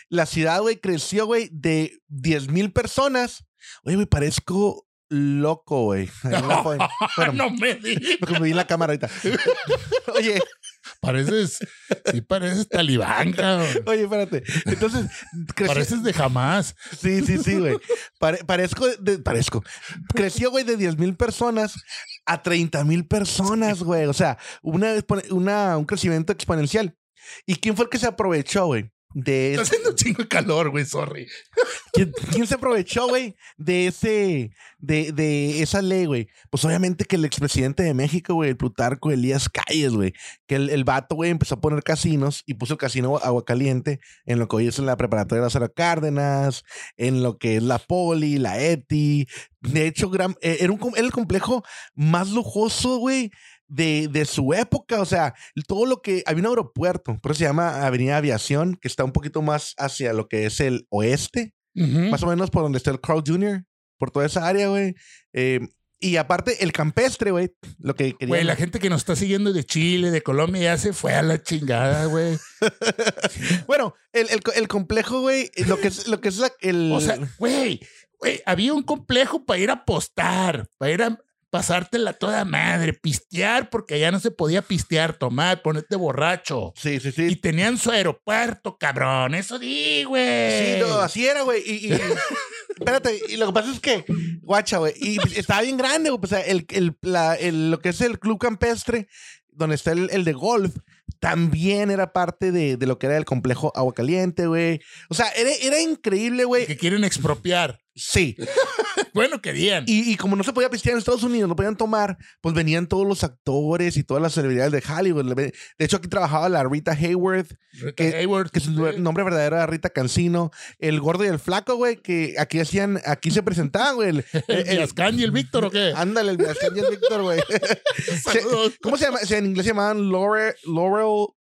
Speaker 1: La ciudad, güey, creció, güey, de 10 mil personas. Oye, güey, parezco loco, güey. *laughs* Ahí en la fo- *laughs* bueno,
Speaker 2: *laughs* no me digas.
Speaker 1: Lo que me vi en la cámara ahorita. Oye,
Speaker 2: Pareces, sí, pareces talibán, cabrón.
Speaker 1: oye, espérate. Entonces, creció.
Speaker 2: Pareces de jamás.
Speaker 1: Sí, sí, sí, güey. Pare- parezco, de- parezco. Creció, güey, de 10 mil personas a 30 mil personas, güey. O sea, una, expo- una, un crecimiento exponencial. ¿Y quién fue el que se aprovechó, güey? De
Speaker 2: Está
Speaker 1: ese-
Speaker 2: haciendo un chingo de calor, güey, sorry.
Speaker 1: ¿quién, quién se aprovechó, güey, de ese, de, de esa ley, güey? Pues obviamente que el expresidente de México, güey, el Plutarco Elías Calles, güey, que el, el vato, güey, empezó a poner casinos y puso el casino Agua Caliente en lo que hoy es la preparatoria de Lázaro Cárdenas, en lo que es la Poli, la ETI. De hecho, gran- eh, era, un, com- era el complejo más lujoso, güey. De, de su época, o sea, todo lo que había un aeropuerto, por eso se llama Avenida Aviación, que está un poquito más hacia lo que es el oeste, más o menos por donde está el Carl Jr., por toda esa área, güey. Eh, y aparte, el campestre, güey, lo que quería.
Speaker 2: Güey, la gente que nos está siguiendo de Chile, de Colombia, ya se fue a la chingada, güey.
Speaker 1: Bueno, el, el, co- el complejo, güey, eh, lo que es, lo que es la- el.
Speaker 2: O sea, güey, güey, había un complejo para ir a apostar, para ir a pasártela toda madre, pistear, porque allá no se podía pistear, tomar, ponerte borracho.
Speaker 1: sí, sí,
Speaker 2: Y
Speaker 1: sí.
Speaker 2: tenían su aeropuerto, cabrón. Eso di, güey.
Speaker 1: Sí, no, así era, güey. Y, y-
Speaker 2: *laughs*
Speaker 1: espérate, y lo que pasa es que, guacha, güey, y pues, estaba bien grande, güey. O sea, el, el, la- el- lo que es el club campestre, donde está el, el de golf, también era parte de, de lo que era el complejo Agua Caliente, güey. O sea, era, era increíble, güey.
Speaker 2: Que quieren expropiar.
Speaker 1: Sí.
Speaker 2: Bueno, querían.
Speaker 1: Y, y como no se podía pistear en Estados Unidos, no podían tomar, pues venían todos los actores y todas las celebridades de Hollywood. Le ve- De hecho, aquí trabajaba la Rita Hayworth, que-
Speaker 2: Hayward,
Speaker 1: que su nu- nombre verdadero era Rita Cancino, el gordo y el flaco, güey, que aquí hacían, aquí se presentaban, güey. El-
Speaker 2: el,
Speaker 1: el- Ah,
Speaker 2: Azcán y el Víctor, ¿o qué?
Speaker 1: ándale, el Villascan y el Víctor, güey. Se-
Speaker 2: Saludos.
Speaker 1: ¿Cómo se llama? O sea, en inglés se llamaban Laurel, Laurel,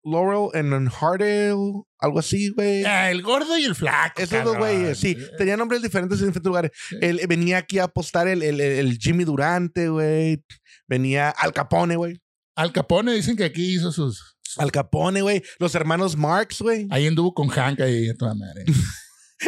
Speaker 1: Laurel and Hardell, algo así, güey.
Speaker 2: Ah, el gordo y el flaco.
Speaker 1: Esos dos
Speaker 2: cabrón.
Speaker 1: güeyes, sí. Tenían nombres diferentes en diferentes lugares. El, venía aquí a apostar el, el- el- el Jimmy Durante, güey. Venía Al Capone, güey.
Speaker 2: Al Capone dicen que aquí hizo sus.
Speaker 1: Al Capone, güey. Los hermanos Marx,
Speaker 2: *laughs*
Speaker 1: güey.
Speaker 2: Ahí anduvo con Hank ahí, a toda madre.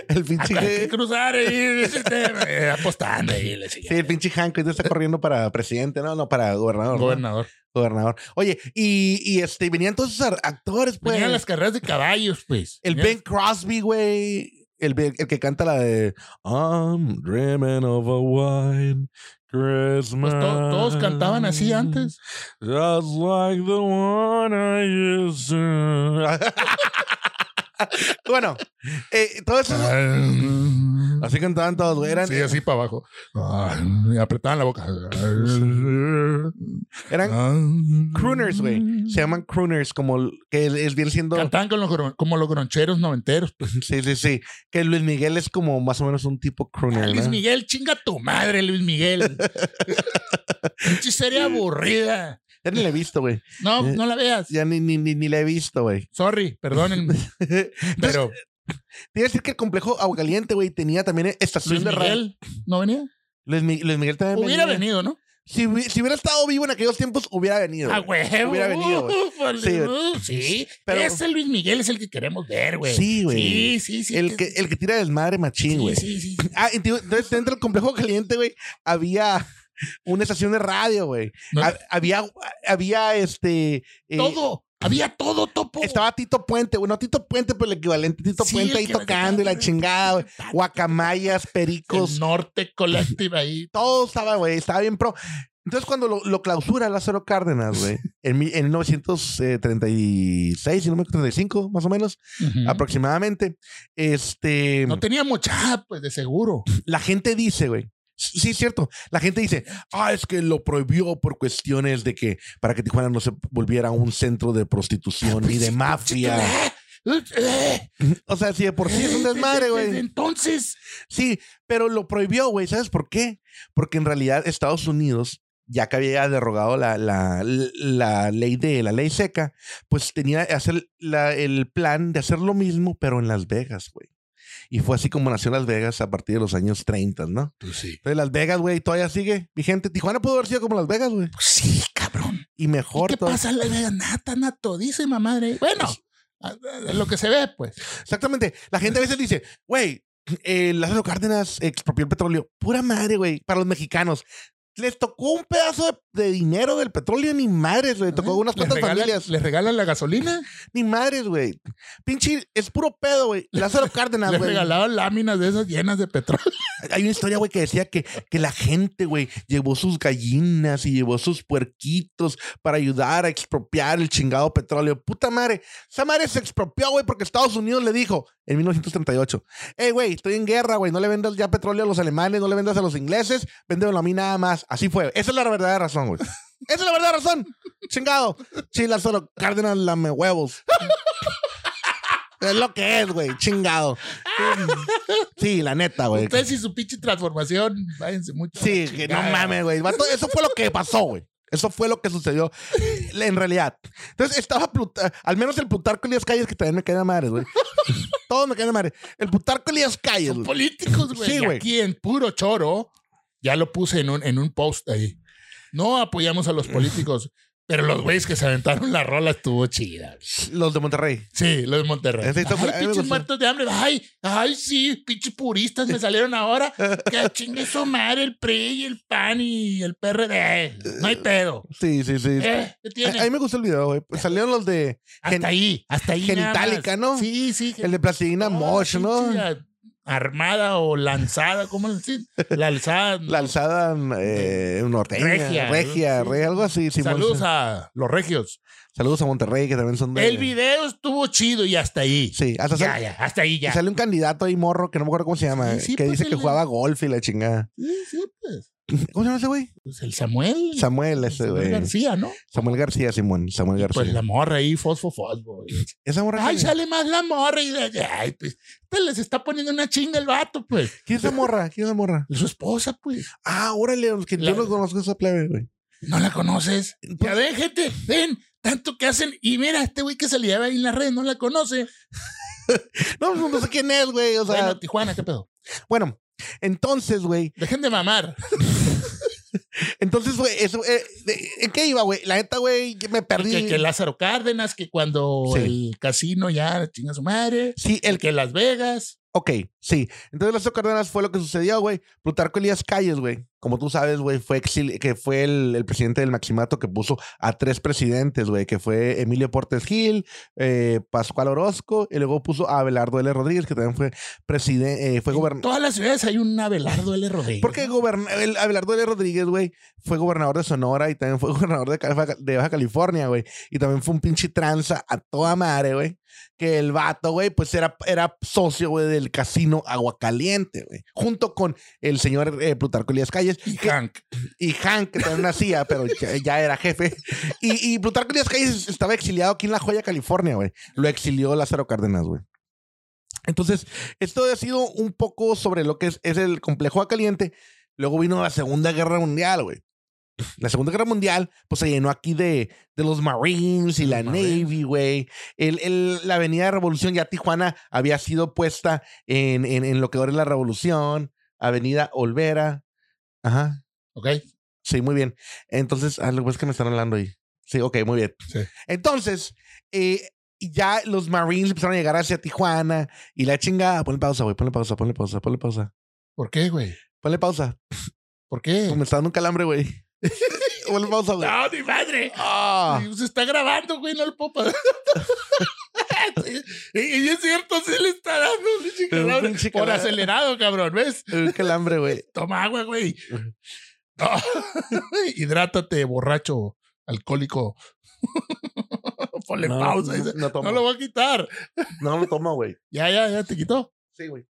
Speaker 1: El pinche...
Speaker 2: Hay que cruzar ahí, ese tema, eh, apostando ahí, la
Speaker 1: Sí,
Speaker 2: chingada.
Speaker 1: el pinche Hank ahorita está corriendo para presidente, no, no, para gobernador. ¿no?
Speaker 2: gobernador.
Speaker 1: Gobernador. Oye, y, y este, venían todos esos ar- actores, pues.
Speaker 2: Venían las carreras de caballos, pues.
Speaker 1: El Ben
Speaker 2: Venían-
Speaker 1: Crosby, güey. El, Ben- el que canta la de I'm dreaming of a wine Christmas.
Speaker 2: Pues to- todos cantaban así antes.
Speaker 1: Just like the one I used to- *laughs* bueno, eh, todo eso. Así ¿eh? cantaban todos, güey. Eran,
Speaker 2: Ah, Sí, así para abajo. Ah, y apretaban la boca.
Speaker 1: eran crooners, güey.
Speaker 2: Ah.
Speaker 1: Se llaman crooners, como l- que es- es bien siendo.
Speaker 2: Cantaban con los gron- como los groncheros noventeros.
Speaker 1: Sí, sí, sí. Que Luis Miguel es como más o menos un tipo crooner.
Speaker 2: Luis
Speaker 1: ¿no?
Speaker 2: Miguel, chinga tu madre, Luis
Speaker 1: *laughs*
Speaker 2: Miguel. Pinche serie aburrida.
Speaker 1: Ya ni la he visto, güey.
Speaker 2: No, no la veas.
Speaker 1: Ya ni, ni, ni, ni la he visto, güey. *laughs*
Speaker 2: Sorry, perdónenme. Pero
Speaker 1: Te iba a decir que el complejo Aguacaliente, güey, tenía también estación
Speaker 2: Luis
Speaker 1: de radio.
Speaker 2: Miguel no venía.
Speaker 1: Luis, Mi- Luis Miguel también.
Speaker 2: Hubiera
Speaker 1: venía.
Speaker 2: venido, ¿no?
Speaker 1: Si, hubi- si hubiera estado vivo en aquellos tiempos, hubiera venido.
Speaker 2: A
Speaker 1: güey.
Speaker 2: huevo.
Speaker 1: Hubiera venido, güey.
Speaker 2: *laughs* Ufale,
Speaker 1: Sí,
Speaker 2: uh, Sí,
Speaker 1: Pero-
Speaker 2: Ese Luis Miguel es el que queremos ver, güey.
Speaker 1: Sí, güey.
Speaker 2: Sí, sí, sí.
Speaker 1: el, que, el que tira desmadre machín, güey. *clears throat*
Speaker 2: Sí, sí, sí.
Speaker 1: Ah, y te digo, entonces dentro del complejo caliente, güey, había una estación de radio, güey.
Speaker 2: No.
Speaker 1: Ha- Había, había este. eh,
Speaker 2: Todo. Había todo, topo.
Speaker 1: Estaba Tito Puente, güey. No Tito Puente, pero el equivalente a Tito
Speaker 2: Sí,
Speaker 1: Puente
Speaker 2: el
Speaker 1: ahí
Speaker 2: que-
Speaker 1: tocando y la chingada, güey. Guacamayas, pericos,
Speaker 2: el norte collective ahí.
Speaker 1: todo estaba, güey. Estaba bien pro. Entonces, cuando lo, lo clausura Lázaro Cárdenas,
Speaker 2: *laughs*
Speaker 1: güey, en, mi- en eh, 1936, si no me equivoco, 35, más o menos,
Speaker 2: Ujú.
Speaker 1: aproximadamente, este.
Speaker 2: No teníamos chat, pues de seguro.
Speaker 1: la gente dice, güey. Sí, es cierto. La gente dice, ah, es que lo prohibió por cuestiones de que para que Tijuana no se volviera un centro de
Speaker 2: Ah, pues,
Speaker 1: prostitución y de mafia.
Speaker 2: eh,
Speaker 1: O sea, sí, de por sí es un desmadre,
Speaker 2: Desde
Speaker 1: güey.
Speaker 2: Entonces,
Speaker 1: Sí, pero lo prohibió, güey. ¿Sabes por qué? Porque en realidad Estados Unidos, ya que había derogado la, la, la ley de la ley seca, pues tenía hacer la- el plan de hacer lo mismo, pero en Las Vegas, güey. Y fue así como nació Las Vegas a partir de los años 30, ¿no?
Speaker 2: pues sí.
Speaker 1: Entonces Las Vegas, güey, todavía sigue vigente. Tijuana pudo haber sido como Las Vegas, güey.
Speaker 2: Pues sí, cabrón.
Speaker 1: Y
Speaker 2: ¿Y
Speaker 1: mejor
Speaker 2: ¿Qué
Speaker 1: todo.
Speaker 2: pasa? La de nata, natodísima madre. Bueno, a- Pues, a- lo que se ve, pues.
Speaker 1: Exactamente. La gente a veces dice, güey, eh, Lázaro Cárdenas expropió el petróleo. Pura madre, güey, para los mexicanos. Les tocó un pedazo de, de dinero del petróleo, ni madres, güey. Tocó a unas
Speaker 2: ¿Les
Speaker 1: cuantas
Speaker 2: regalan-
Speaker 1: familias.
Speaker 2: ¿Les regalan
Speaker 1: *laughs*
Speaker 2: la gasolina?
Speaker 1: Ni madres, güey. Pinche, es puro pedo, güey. Lázaro Cárdenas,
Speaker 2: *laughs* les
Speaker 1: Ah, güey.
Speaker 2: regalaban láminas de esas llenas de petróleo.
Speaker 1: Hay una historia, güey, que decía que, que la gente, güey, llevó sus gallinas y llevó sus puerquitos para ayudar a expropiar el chingado petróleo. Puta madre. Esa madre se expropió, güey, porque Estados Unidos le dijo en 1938, hey, güey, estoy en guerra, güey, no le vendas ya petróleo a los alemanes, no le vendas a los ingleses, véndelo a mí nada más. Así fue. Esa es la verdadera razón, güey. Esa es la verdadera razón. Chingado. Chila solo Cárdenas lame huevos. Es lo que es, güey. Chingado. Sí, la neta, güey.
Speaker 2: Ustedes y su pinche transformación, váyanse mucho. a la
Speaker 1: Sí, que no
Speaker 2: chingada.
Speaker 1: mames, güey. El vato- Eso fue lo que pasó, güey. Eso fue lo que sucedió en realidad. Entonces estaba Pluta- al menos el Plutarco Elías Calles, que también me caen a madres, güey. *laughs* Todos me caen a madres. El Plutarco Elías Calles,
Speaker 2: Son
Speaker 1: güey.
Speaker 2: políticos, güey.
Speaker 1: Sí,
Speaker 2: Y
Speaker 1: güey.
Speaker 2: Aquí en puro choro, ya lo puse en un, en un post ahí. No apoyamos a los políticos, pero los güeyes que se aventaron la rola estuvo chida. güey.
Speaker 1: los de Monterrey.
Speaker 2: Sí, los de Monterrey.
Speaker 1: Ese está- a mí
Speaker 2: ay,
Speaker 1: me
Speaker 2: pinches
Speaker 1: gustó.
Speaker 2: muertos de hambre. Ay, ay, sí, pinches puristas me salieron ahora. Que chingue su madre el PRI y el PAN y el PRD. Eh, No hay pedo.
Speaker 1: Sí, sí, sí.
Speaker 2: Eh, ¿Qué tiene?
Speaker 1: A, a mí me gustó el video, güey. Pues salieron los de gen-
Speaker 2: hasta ahí, hasta ahí. nada más.
Speaker 1: Genitalica, ¿no?
Speaker 2: Sí, sí.
Speaker 1: el de Plastilina
Speaker 2: No,
Speaker 1: Mosh, ¿no?
Speaker 2: pinche, a- Armada o lanzada, ¿cómo le
Speaker 1: *laughs*
Speaker 2: dicen? La alzada.
Speaker 1: La alzada eh, norteña, regia,
Speaker 2: Regia,
Speaker 1: regia,
Speaker 2: sí.
Speaker 1: re- algo así. Simón.
Speaker 2: Saludos a los regios.
Speaker 1: Saludos a Monterrey, que también son de.
Speaker 2: El video estuvo chido y hasta ahí.
Speaker 1: Sí, hasta
Speaker 2: ya,
Speaker 1: sal-
Speaker 2: ya, hasta ahí
Speaker 1: y
Speaker 2: ya.
Speaker 1: sale un candidato ahí morro, que no me acuerdo cómo se llama,
Speaker 2: Sí, sí,
Speaker 1: que
Speaker 2: pues,
Speaker 1: dice
Speaker 2: el
Speaker 1: que
Speaker 2: de-
Speaker 1: jugaba golf y la chingada.
Speaker 2: Sí, sí, pues.
Speaker 1: ¿Cómo se llama ese güey?
Speaker 2: Pues el Samuel.
Speaker 1: Samuel, ese
Speaker 2: Samuel
Speaker 1: güey.
Speaker 2: García, ¿no?
Speaker 1: Samuel García, Simón. Samuel García.
Speaker 2: Pues la morra ahí, fosfo, fosfo. güey.
Speaker 1: Esa morra.
Speaker 2: Ay,
Speaker 1: ¿quién?
Speaker 2: sale más la morra. Y, ay, pues, te les está poniendo una chinga el vato, pues.
Speaker 1: ¿Quién es esa morra? ¿Quién es esa morra?
Speaker 2: Su esposa, pues.
Speaker 1: Ah, órale, que
Speaker 2: La-
Speaker 1: yo no conozco esa plebe, güey.
Speaker 2: No la conoces. Ya ven, gente, ven. Tanto que hacen. Y mira, este güey que se le lleva ahí en la red no la conoce.
Speaker 1: No, pues, no sé quién es, güey. O sea,
Speaker 2: bueno,
Speaker 1: bueno,
Speaker 2: Tijuana, ¿qué pedo?
Speaker 1: entonces, güey,
Speaker 2: Dejen de mamar.
Speaker 1: Entonces, güey, eso, eh, de- ¿en qué iba, güey? La neta, güey, que me perdí.
Speaker 2: Que, que Lázaro Cárdenas, que cuando
Speaker 1: Sí.
Speaker 2: el casino ya chinga su madre.
Speaker 1: Sí,
Speaker 2: El
Speaker 1: el
Speaker 2: que Las Vegas.
Speaker 1: Ok, sí. Entonces Lázaro Cárdenas fue lo que sucedió, güey. Plutarco Elías Calles, güey. Como tú sabes, güey, fue exil- que fue el, el presidente del Maximato que puso a tres presidentes, güey, que fue Emilio Portes Gil, eh, Pascual Orozco, y luego puso a Abelardo L. Rodríguez, que también fue presidente, fue
Speaker 2: En
Speaker 1: gobernador.
Speaker 2: todas las ciudades hay un Abelardo L. Rodríguez.
Speaker 1: Porque goberna- el Abelardo L. Rodríguez, güey, fue gobernador de Sonora y también fue *laughs* gobernador de, Ca- de Baja California, güey. Y también fue un pinche tranza a toda madre, güey. Que el vato, güey, pues era, era socio, güey, del casino Aguacaliente, güey. Junto con el señor eh, Plutarco Elías Calles
Speaker 2: Y Hank.
Speaker 1: y Hank, que también nacía, pero ya, ya era jefe. Y, y Plutarco Elías Calles estaba exiliado aquí en La Joya, California, güey. Lo exilió Lázaro Cárdenas, güey. Entonces, esto ha sido un poco sobre lo que es, es el complejo a caliente. Luego vino la Segunda Guerra Mundial, güey. La Segunda Guerra Mundial, pues se llenó aquí de, de los Marines y la
Speaker 2: Los Marines.
Speaker 1: Navy, güey. El- el- la Avenida de Revolución, ya Tijuana había sido puesta en, en, en lo que ahora es la Revolución, Avenida Olvera. Ajá.
Speaker 2: ¿Ok?
Speaker 1: Sí, muy bien. Entonces, ah, lo que pasa es que me están hablando ahí. Sí, ok, muy bien.
Speaker 2: Sí.
Speaker 1: Entonces, eh, ya los Marines empezaron a llegar hacia Tijuana y la chingada. Ponle pausa, güey, ponle pausa, ponle pausa, ponle pausa.
Speaker 2: ¿Por qué, güey?
Speaker 1: Ponle pausa.
Speaker 2: ¿Por qué?
Speaker 1: Me está dando un calambre,
Speaker 2: *laughs*
Speaker 1: güey. ponle pausa, güey.
Speaker 2: No, mi madre.
Speaker 1: Ah.
Speaker 2: Y Se está grabando, güey, no el popa.
Speaker 1: *laughs*
Speaker 2: y, y es cierto, sí le está dando un pinche
Speaker 1: Pero un
Speaker 2: calambre
Speaker 1: pinche
Speaker 2: por
Speaker 1: calambre.
Speaker 2: acelerado, cabrón, ¿ves?
Speaker 1: Un calambre, güey.
Speaker 2: Toma agua, güey. No. *laughs* Hidrátate, borracho, alcohólico. *laughs* *laughs* Ponle
Speaker 1: No,
Speaker 2: pausa.
Speaker 1: No,
Speaker 2: dice.
Speaker 1: no
Speaker 2: No,
Speaker 1: tomo.
Speaker 2: lo voy a quitar.
Speaker 1: No lo tomo, güey.
Speaker 2: Ya, ya, ya te quitó.
Speaker 1: Sí,
Speaker 2: *laughs*
Speaker 1: güey.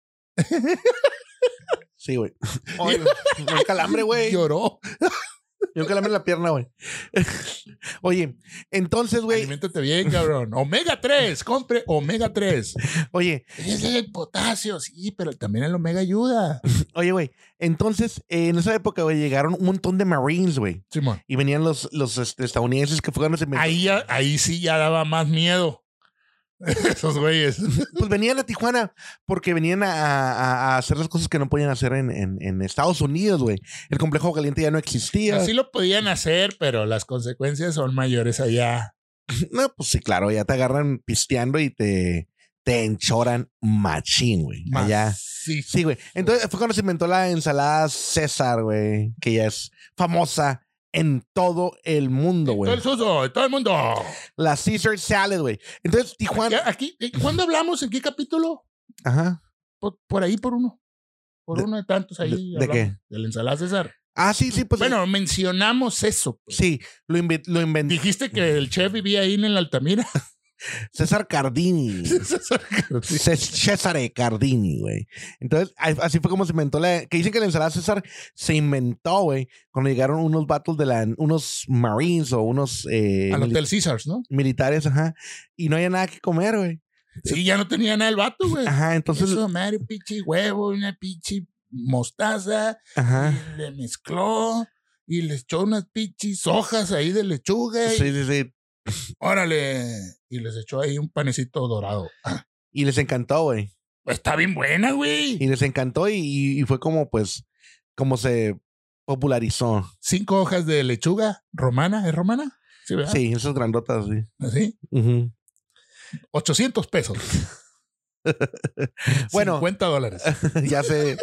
Speaker 1: Sí, güey. Oye, me dio un calambre, güey. Me
Speaker 2: Lloró.
Speaker 1: dio un calambre en la pierna, güey. *laughs* Oye, entonces, güey.
Speaker 2: Aliméntate bien, cabrón. Omega 3, compre Omega 3.
Speaker 1: *laughs* Oye,
Speaker 2: Es el potasio, sí, pero también el omega ayuda.
Speaker 1: Oye, güey, entonces, eh, en esa época, güey, llegaron un montón de Marines, güey.
Speaker 2: Simón.
Speaker 1: Y venían los, los este, estadounidenses que fueron...
Speaker 2: Ahí, ya- ahí sí ya daba más miedo. *laughs* Esos güeyes.
Speaker 1: Pues venían a Tijuana porque venían a, a- a hacer las cosas que no podían hacer en, en- en Estados Unidos, güey. El complejo caliente ya no existía.
Speaker 2: Así lo podían hacer, pero las consecuencias son mayores allá.
Speaker 1: No, pues sí, claro, ya te agarran pisteando y te, te enchoran machín, güey.
Speaker 2: Más.
Speaker 1: Allá.
Speaker 2: Sí.
Speaker 1: Sí, güey. Entonces fue cuando se inventó la ensalada César, güey, que ya es famosa en todo el mundo,
Speaker 2: Todo
Speaker 1: güey.
Speaker 2: el suso, todo el mundo.
Speaker 1: La Caesar Salad, güey. Entonces, Tijuana...
Speaker 2: Ya, Aquí, eh, ¿Cuándo hablamos? ¿En qué capítulo?
Speaker 1: Ajá.
Speaker 2: Por, por ahí, por uno. Por
Speaker 1: ¿De-
Speaker 2: uno de tantos ahí.
Speaker 1: de- de
Speaker 2: hablamos.
Speaker 1: qué?
Speaker 2: De la ensalada César.
Speaker 1: Ah, sí, sí, pues.
Speaker 2: bueno, mencionamos eso. pues.
Speaker 1: Sí, lo, inve- lo inventó
Speaker 2: Dijiste que el chef vivía ahí en el Altamira. *laughs*
Speaker 1: César Cardini.
Speaker 2: César García.
Speaker 1: Cés- César Cardini, güey. Entonces, a- así fue como se inventó la. Que dicen que la ensalada César se inventó, güey, cuando llegaron unos vatos de la. Unos Marines o unos eh,
Speaker 2: Al
Speaker 1: mili-
Speaker 2: Hotel Caesars, ¿no?
Speaker 1: militares, ajá. Y no había nada que comer, güey.
Speaker 2: Sí, ya no tenía nada el vato, güey.
Speaker 1: Ajá, entonces.
Speaker 2: Eso, madre, un pinche huevo, una pinche mostaza,
Speaker 1: Ajá.
Speaker 2: y le mezcló y le echó unas pinches hojas ahí de lechuga.
Speaker 1: Sí,
Speaker 2: Y,
Speaker 1: sí, sí.
Speaker 2: órale. Y les echó ahí un panecito dorado.
Speaker 1: Y les encantó, güey.
Speaker 2: Está bien buena, güey.
Speaker 1: Y les encantó y, y- y fue como, pues, como se popularizó.
Speaker 2: Cinco hojas de lechuga romana, ¿es romana? Sí, ¿verdad?
Speaker 1: Sí, esas grandotas, sí.
Speaker 2: Así.
Speaker 1: Ujú.
Speaker 2: 800 pesos.
Speaker 1: *laughs* Bueno. Ah,
Speaker 2: 50 dólares.
Speaker 1: *laughs* ya sé.